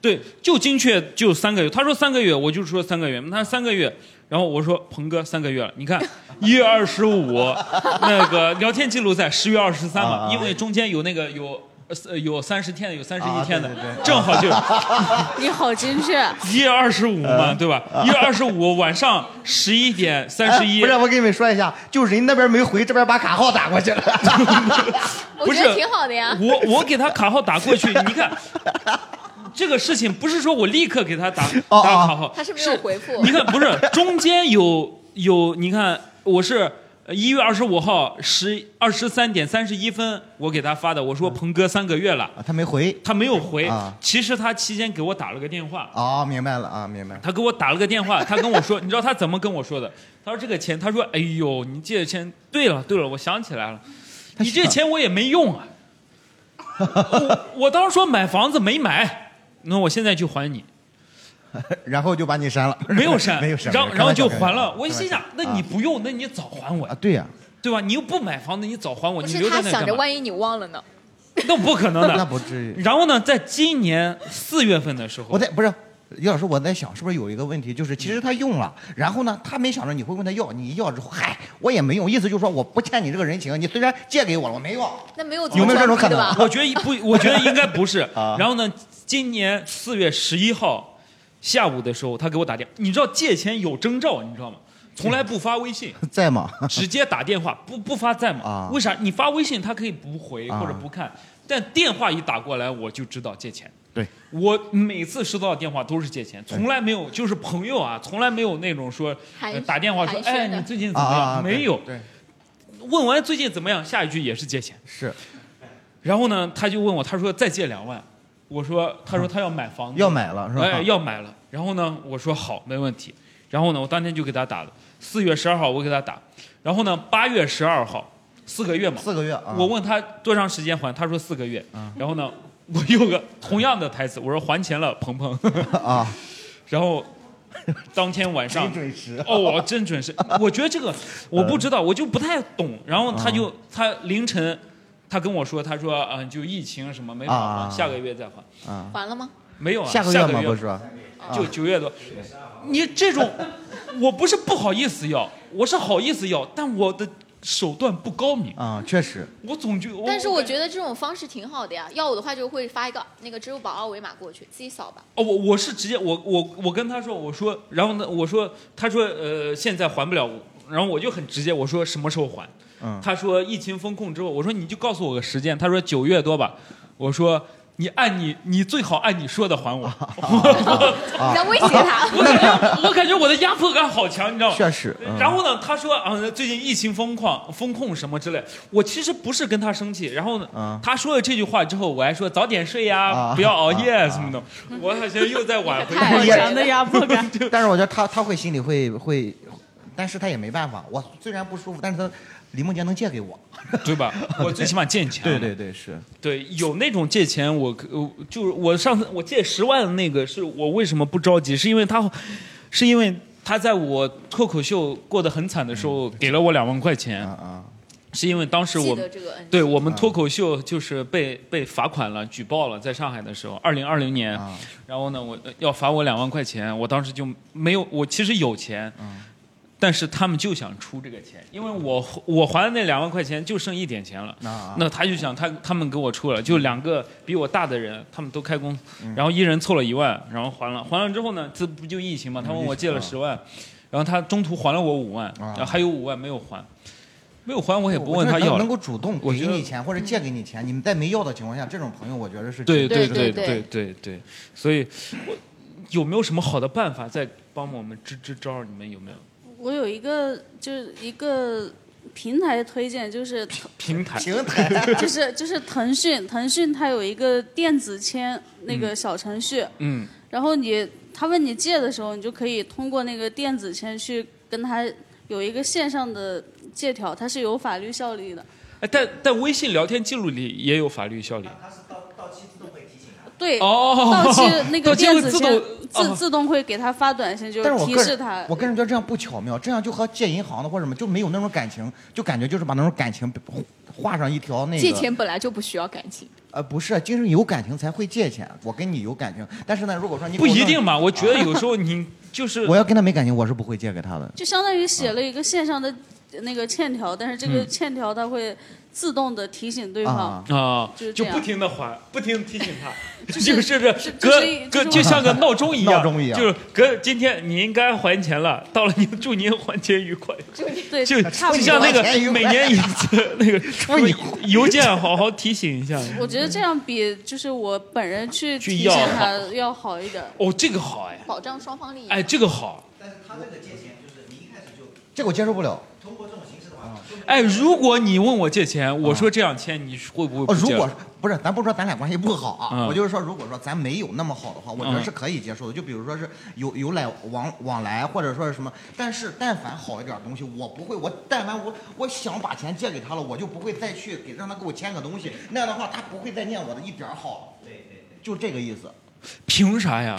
对，就精确就三个月。他说三个月，我就说三个月。他三个月，然后我说鹏哥三个月了。你看一月二十五， <laughs> 那 <laughs> 个聊天记录在十月二十三啊嘛，啊因为中间有那个有。呃，有三十天的，有三十啊一天的，对对对啊正好就你好精确，一月二十五嗯嘛，对吧？一月二十五晚上十一点三十一啊哎不，是，我给你们说一下，就是人那边没回，这边把卡号打过去 <laughs> 了。我不觉是得挺好的呀。我我给他卡号打过去，你看这个事情不是说我立刻给他打哦哦打卡号，他是没有回复你，看，不是中间有有，你看我是一月二十五号十二十三点三十一分，我给他发的，我说鹏哥三个月了，嗯啊，他没回。他没有回啊。其实他期间给我打了个电话，哦，明白了啊， <laughs> 明白了。他给我打了个电话，他跟我说，你 <laughs> 知道他怎么跟我说的？他说这个钱，他说哎呦，你借的钱，对了对了，我想起来了，你这钱我也没用 <laughs> 啊。我我当时说买房子没买，那我现在就还你。然后就把你删了， <laughs> 没有删， <laughs> 没有删，然后然后就还了。开玩笑啊我心 <laughs> 想，那你不用，那你早还我呀，对呀，对吧？你又不买房子，你早还我，不你是留在他那干想嘛着万一你忘了呢？那不可能 <laughs> 的，那不至于。然后呢，在今年四月份的时候，我在不是。李老师，我在想，是不是有一个问题，就是其实他用了，然后呢，他没想着你会问他要，你要之后，嗨，我也没用，意思就是说我不欠你这个人情，你虽然借给我了，我没要，那没有有没有这种可能吧？我觉得不，我觉得应该不 <laughs> 是。啊然后呢，今年四月十一号下午的时候，他给我打电话，你知道借钱有征兆，你知道吗？从来不发微信，在吗？直接打电话，不不发在嘛？为啥？你发微信他可以不回啊或者不看，但电话一打过来，我就知道借钱。对，我每次收到的电话都是借钱，哎从来没有就是朋友啊，从来没有那种说、寒呃打电话说，寒暄哎，的你最近怎么样？啊，啊没有，对，对问完最近怎么样，下一句也是借钱。是然后呢，他就问我，他说再借两万，我说，他啊说他要买房子，要买了是吧？哎，要买了。然后呢，我说好，没问题。然后呢，我当天就给他打了，四月十二号我给他打，然后呢，八月十二号，四个月嘛，四个月啊，我问他多长时间还，他说四个月。然后呢，我用个同样的台词，我说还钱了，鹏 <laughs> 鹏。啊，然后当天晚上没准时哦，我真准时。我觉得这个我不知道，我就不太懂。然后他嗯就、他凌晨，他跟我说，他说嗯、就疫情什么没法还，啊下个月再还。啊，完了吗？没有啊，下下个月嘛不是吧？啊就九月多。你这种，我不是不好意思要，我是好意思要，但我的手段不高明。啊，确实，我总觉得，但是我我觉得这种方式挺好的呀。要我的话就会发一个那个支付宝二维码过去，自己扫吧。哦，我我是直接我我我跟他说，我说，然后呢，我说，他说，呃，现在还不了，然后我就很直接，我说什么时候还？嗯他说疫情封控之后，我说你就告诉我个时间，他说九月多吧，我说你按你你最好按你说的还 <laughs> 我，啊你在威胁他， <laughs> 我感觉我感觉我的压迫感好强，你知道吗？确实嗯然后呢，他说啊、最近疫情封控封控什么之类，我其实不是跟他生气，然后呢，嗯他说了这句话之后，我还说早点睡呀、啊不要熬夜、什 <laughs> 么的，我好像又在挽回。<laughs> 太好强的压迫感。 <laughs> 但是我觉得他他会心里会会，但是他也没办法，我虽然不舒服，但是他李梦洁能借给我，对吧？ <laughs> 我最 <laughs> 起码借钱。对是，对，有那种借钱我，可呃就是我上次我借十万的那个，是我为什么不着急？是因为他，是因为他在我脱口秀过得很惨的时候，给了我两万块钱，嗯啊啊，嗯是因为当时记我得们这个恩。嗯对我们脱口秀就是被被罚款了，举报了，在上海的时候，二零二零年，啊然后呢，我呃要罚我两万块钱，我当时就没有，我其实有钱，嗯但是他们就想出这个钱，因为我我还的那两万块钱就剩一点钱了。那啊那他就想他他们给我出了，就两个比我大的人，他们都开工，嗯然后一人凑了一万，然后还了，还了之后呢，这不就疫情嘛？他问我借了十万，然后他中途还了我五万，嗯啊然后还有五万没有还，没有还我也不我问觉他得要能了能。够主动我给觉得你钱或者借给你钱，你们在没要的情况下，这种朋友我觉得是对值得对对对对对对，所以我有没有什么好的办法再帮我们支支招？你们有没有 <laughs> 我有一个就是一个平台推荐，就是平台？平台 <laughs> 就是就是腾讯，腾讯它有一个电子签那个小程序，嗯，然后你他问你借的时候，你就可以通过那个电子签去跟他有一个线上的借条，它是有法律效力的。哎，但但微信聊天记录里也有法律效啊力。啊对，哦到期那个 <laughs> 到期会电子自签动自哦自动会给他发短信，就但是我提个示人他，我个人觉得这样不巧妙，这样就和借银行的或者什么就没有那种感情，就感觉就是把那种感情画上一条那个。借钱本来就不需要感情，呃不是，就是有感情才会借钱。我跟你有感情，但是呢，如果说你不给我一弄定，嘛，我觉得有时候你就是 <laughs> 我要跟他没感情，我是不会借给他的。就相当于啊写了一个线上的那个欠条，但是这个欠条它会自动的提醒对方啊，嗯啊就是，就这样不停的还，不停地提醒 <laughs> 他，是是这是隔就是隔就是就像 <laughs> 个闹钟一样，闹钟一样就是隔今天你应该还钱了，到了你祝您还钱愉快，对，就差不就多。像那个还钱愉快每年一次 <laughs> 那个邮件好好提醒一下。我觉得这样比就是我本人去去提醒要好他要好一点儿。哦，这个好哎，保障双方利益。哎，这个好。这个我接受不了。哎，如果你问我借钱，我说这样签，你会不会啊哦，不如借了？果不是，咱不说咱俩关系不好啊，嗯我就是说，如果说咱没有那么好的话，我觉得嗯是可以接受的。就比如说是有有来往往来，或者说是什么，但是但凡好一点的东西，我不会，我但凡我我想把钱借给他了，我就不会再去给让他给我签个东西，那样的话他不会再念我的一点儿好。对对对，就这个意思。凭啥呀？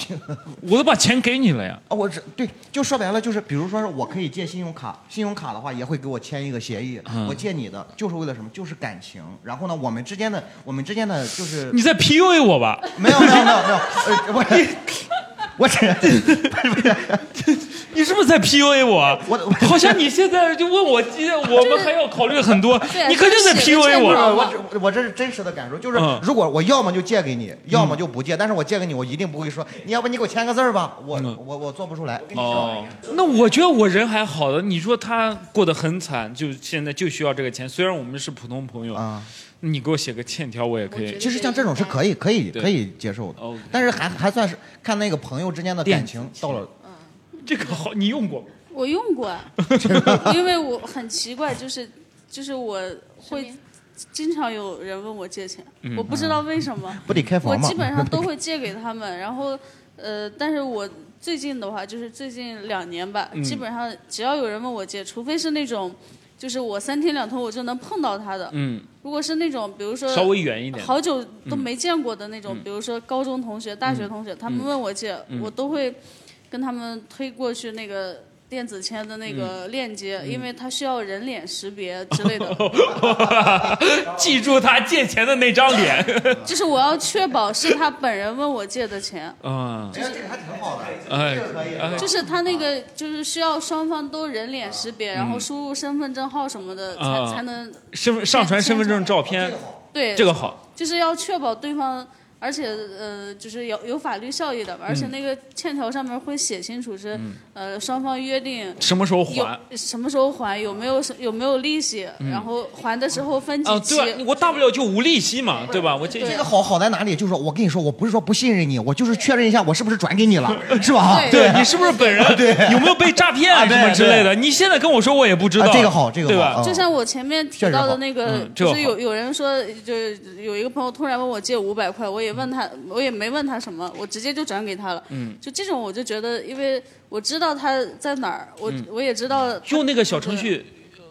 我都把钱给你了呀。啊，我这对，就说白了就是，比如说是我可以借信用卡，信用卡的话也会给我签一个协议，嗯我借你的就是为了什么？就是感情。然后呢，我们之间的我们之间的就是你在 PUA 我吧？没有没有没有没有，呃， <laughs> 我我只你是不是在 PUA 我？我好像你现在就问我，今天我们还要考虑很多对，你肯定在这是 PUA 我。我只我这是真实的感受，就是嗯如果我要么就借给你，要么就不借，但是我借给你，我一定不会说，你要不你给我签个字儿吧，我我我做不出来。嗯哎哦，那我觉得我人还好的，你说他过得很惨，就现在就需要这个钱。虽然我们是普通朋友，你给我写个欠条，我也可以。啊哦其实像这种是可以可以可以接受的，但是还还算是看那个朋友之间的感情到了。这个好，你用过吗？我用 <laughs> 过，因为我很奇怪，就是就是我会经常有人问我借钱，嗯我不知道为什么，不得开我房吗基本上都会借给他们，然后呃，但是我最近的话，就是最近两年吧，嗯基本上只要有人问我借，除非是那种就是我三天两头我就能碰到他的，嗯，如果是那种，比如说稍微远一点好久都没见过的那种，嗯比如说高中同学、大学同学，他们问我借，嗯我都会跟他们推过去那个电子签的那个链接，嗯因为它需要人脸识别之 <laughs> 类的，记住他借钱的那张 <laughs> 脸。就是我要确保是他本人问我借的钱。嗯啊，就是还挺好的，哎哎就是他那个，就是需要双方都人脸识别，然后输入身份证号什么的，啊才才能身份上传身份证照片，对这个好，就是要确保对方，而且呃，就是有有法律效益的，而且那个欠条上面会写清楚是、嗯呃双方约定什么时候还有什么时候还，有没有有没有利息，嗯然后还的时候分啊，几期。对吧？我大不了就无利息嘛，对吧？我这这个好好在哪里？就是我跟你说，我不是说不信任你，我就是确认一下我是不是转给你 <laughs> 了，是吧？？对你是不是本人啊对，有没有被诈骗啊对什么之类的？对你现在跟我说，我也不知道。啊这个好这个好对吧？就像我前面提到的那个，哦确实好嗯这个好就是有有人说，就是有一个朋友突然问我借五百块，我也问他，我也没问他什么，我直接就转给他了。嗯就这种，我就觉得，因为我知道他在哪儿，我、嗯我也知道他用那个小程序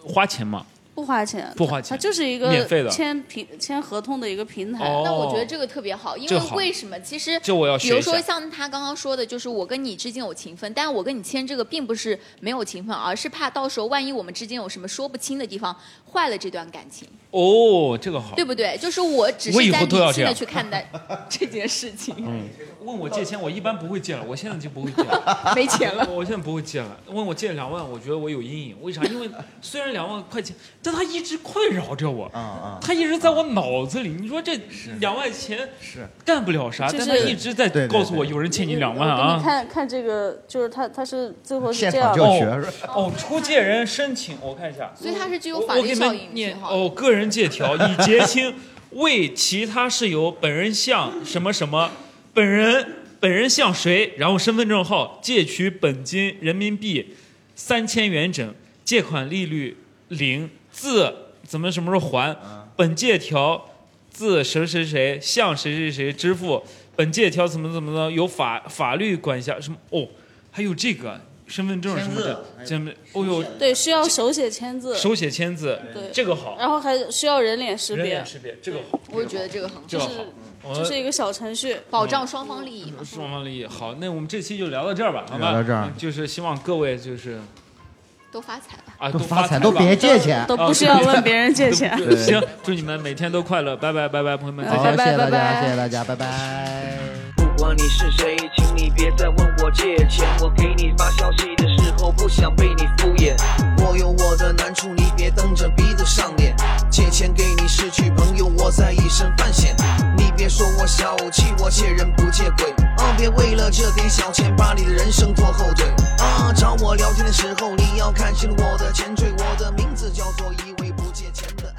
花钱嘛。不花钱，不花钱它就是一个免费的签平签合同的一个平台。哦但我觉得这个特别好，因这为好为什么？其实，这我要比学如一下说像他刚刚说的，就是我跟你之间有情分，但我跟你签这个并不是没有情分，而是怕到时候万一我们之间有什么说不清的地方，坏了这段感情，哦，这个好。对不对？就是我只我以是在后都要理这性样的去 <laughs> 看待这件事情。嗯，问我借钱，我一般不会借了，我现在就不会借 <laughs> 了，没钱了我我现在不会借了。问我借两万，我觉得我有阴影，为啥？因为虽然两万块钱，但他一直困扰着啊我，他一直在我脑子里。你说这两万钱是干不了啥，就是但他一直在对对告诉我有人欠你两万我给你啊。看看这个，就是他他是最后是现这样场的。教学是吧哦，出借人申请，我看一下。所以它是具有我法我律给你效们应念哦，个人借条以结清为其他事由，本人向什么什么，本人本人向谁，然后身份证号，借取本金人民币三千元整，借款利率零，自怎么什么时候还？本借条自谁谁谁向谁谁谁支付，本借条怎么怎么的，由法法律管辖什么哦，还有这个身份证什么的，这么哦呦，对，需要手写签字，手写签字，对这个好，然后还需要人脸识人别脸，识别，这个好，我也觉得这个很好，这个好，我就是一个小程序，保障双方利益嘛。双方利益。好，那我们这期就聊到这儿吧，好聊吧？到这儿就是希望各位就是都发财吧。啊，都发发财吧啊都别借钱都不需要问别人借钱都不行，祝你们每天都快乐，拜拜拜拜，朋友们，再好，见谢谢大家，谢谢大家，拜拜。不管你是谁，请你别再问我借钱。我给你发消息的时候，不想被你敷衍。我有我的难处，你别蹬着鼻子上脸。借钱给你失去朋友，我在以身犯险。你别说我小气，我借人不借鬼。啊，别为了这点小钱把你的人生拖后腿。啊，找我聊天的时候，你要看清我的前缀，我的名字叫做一位不借钱的。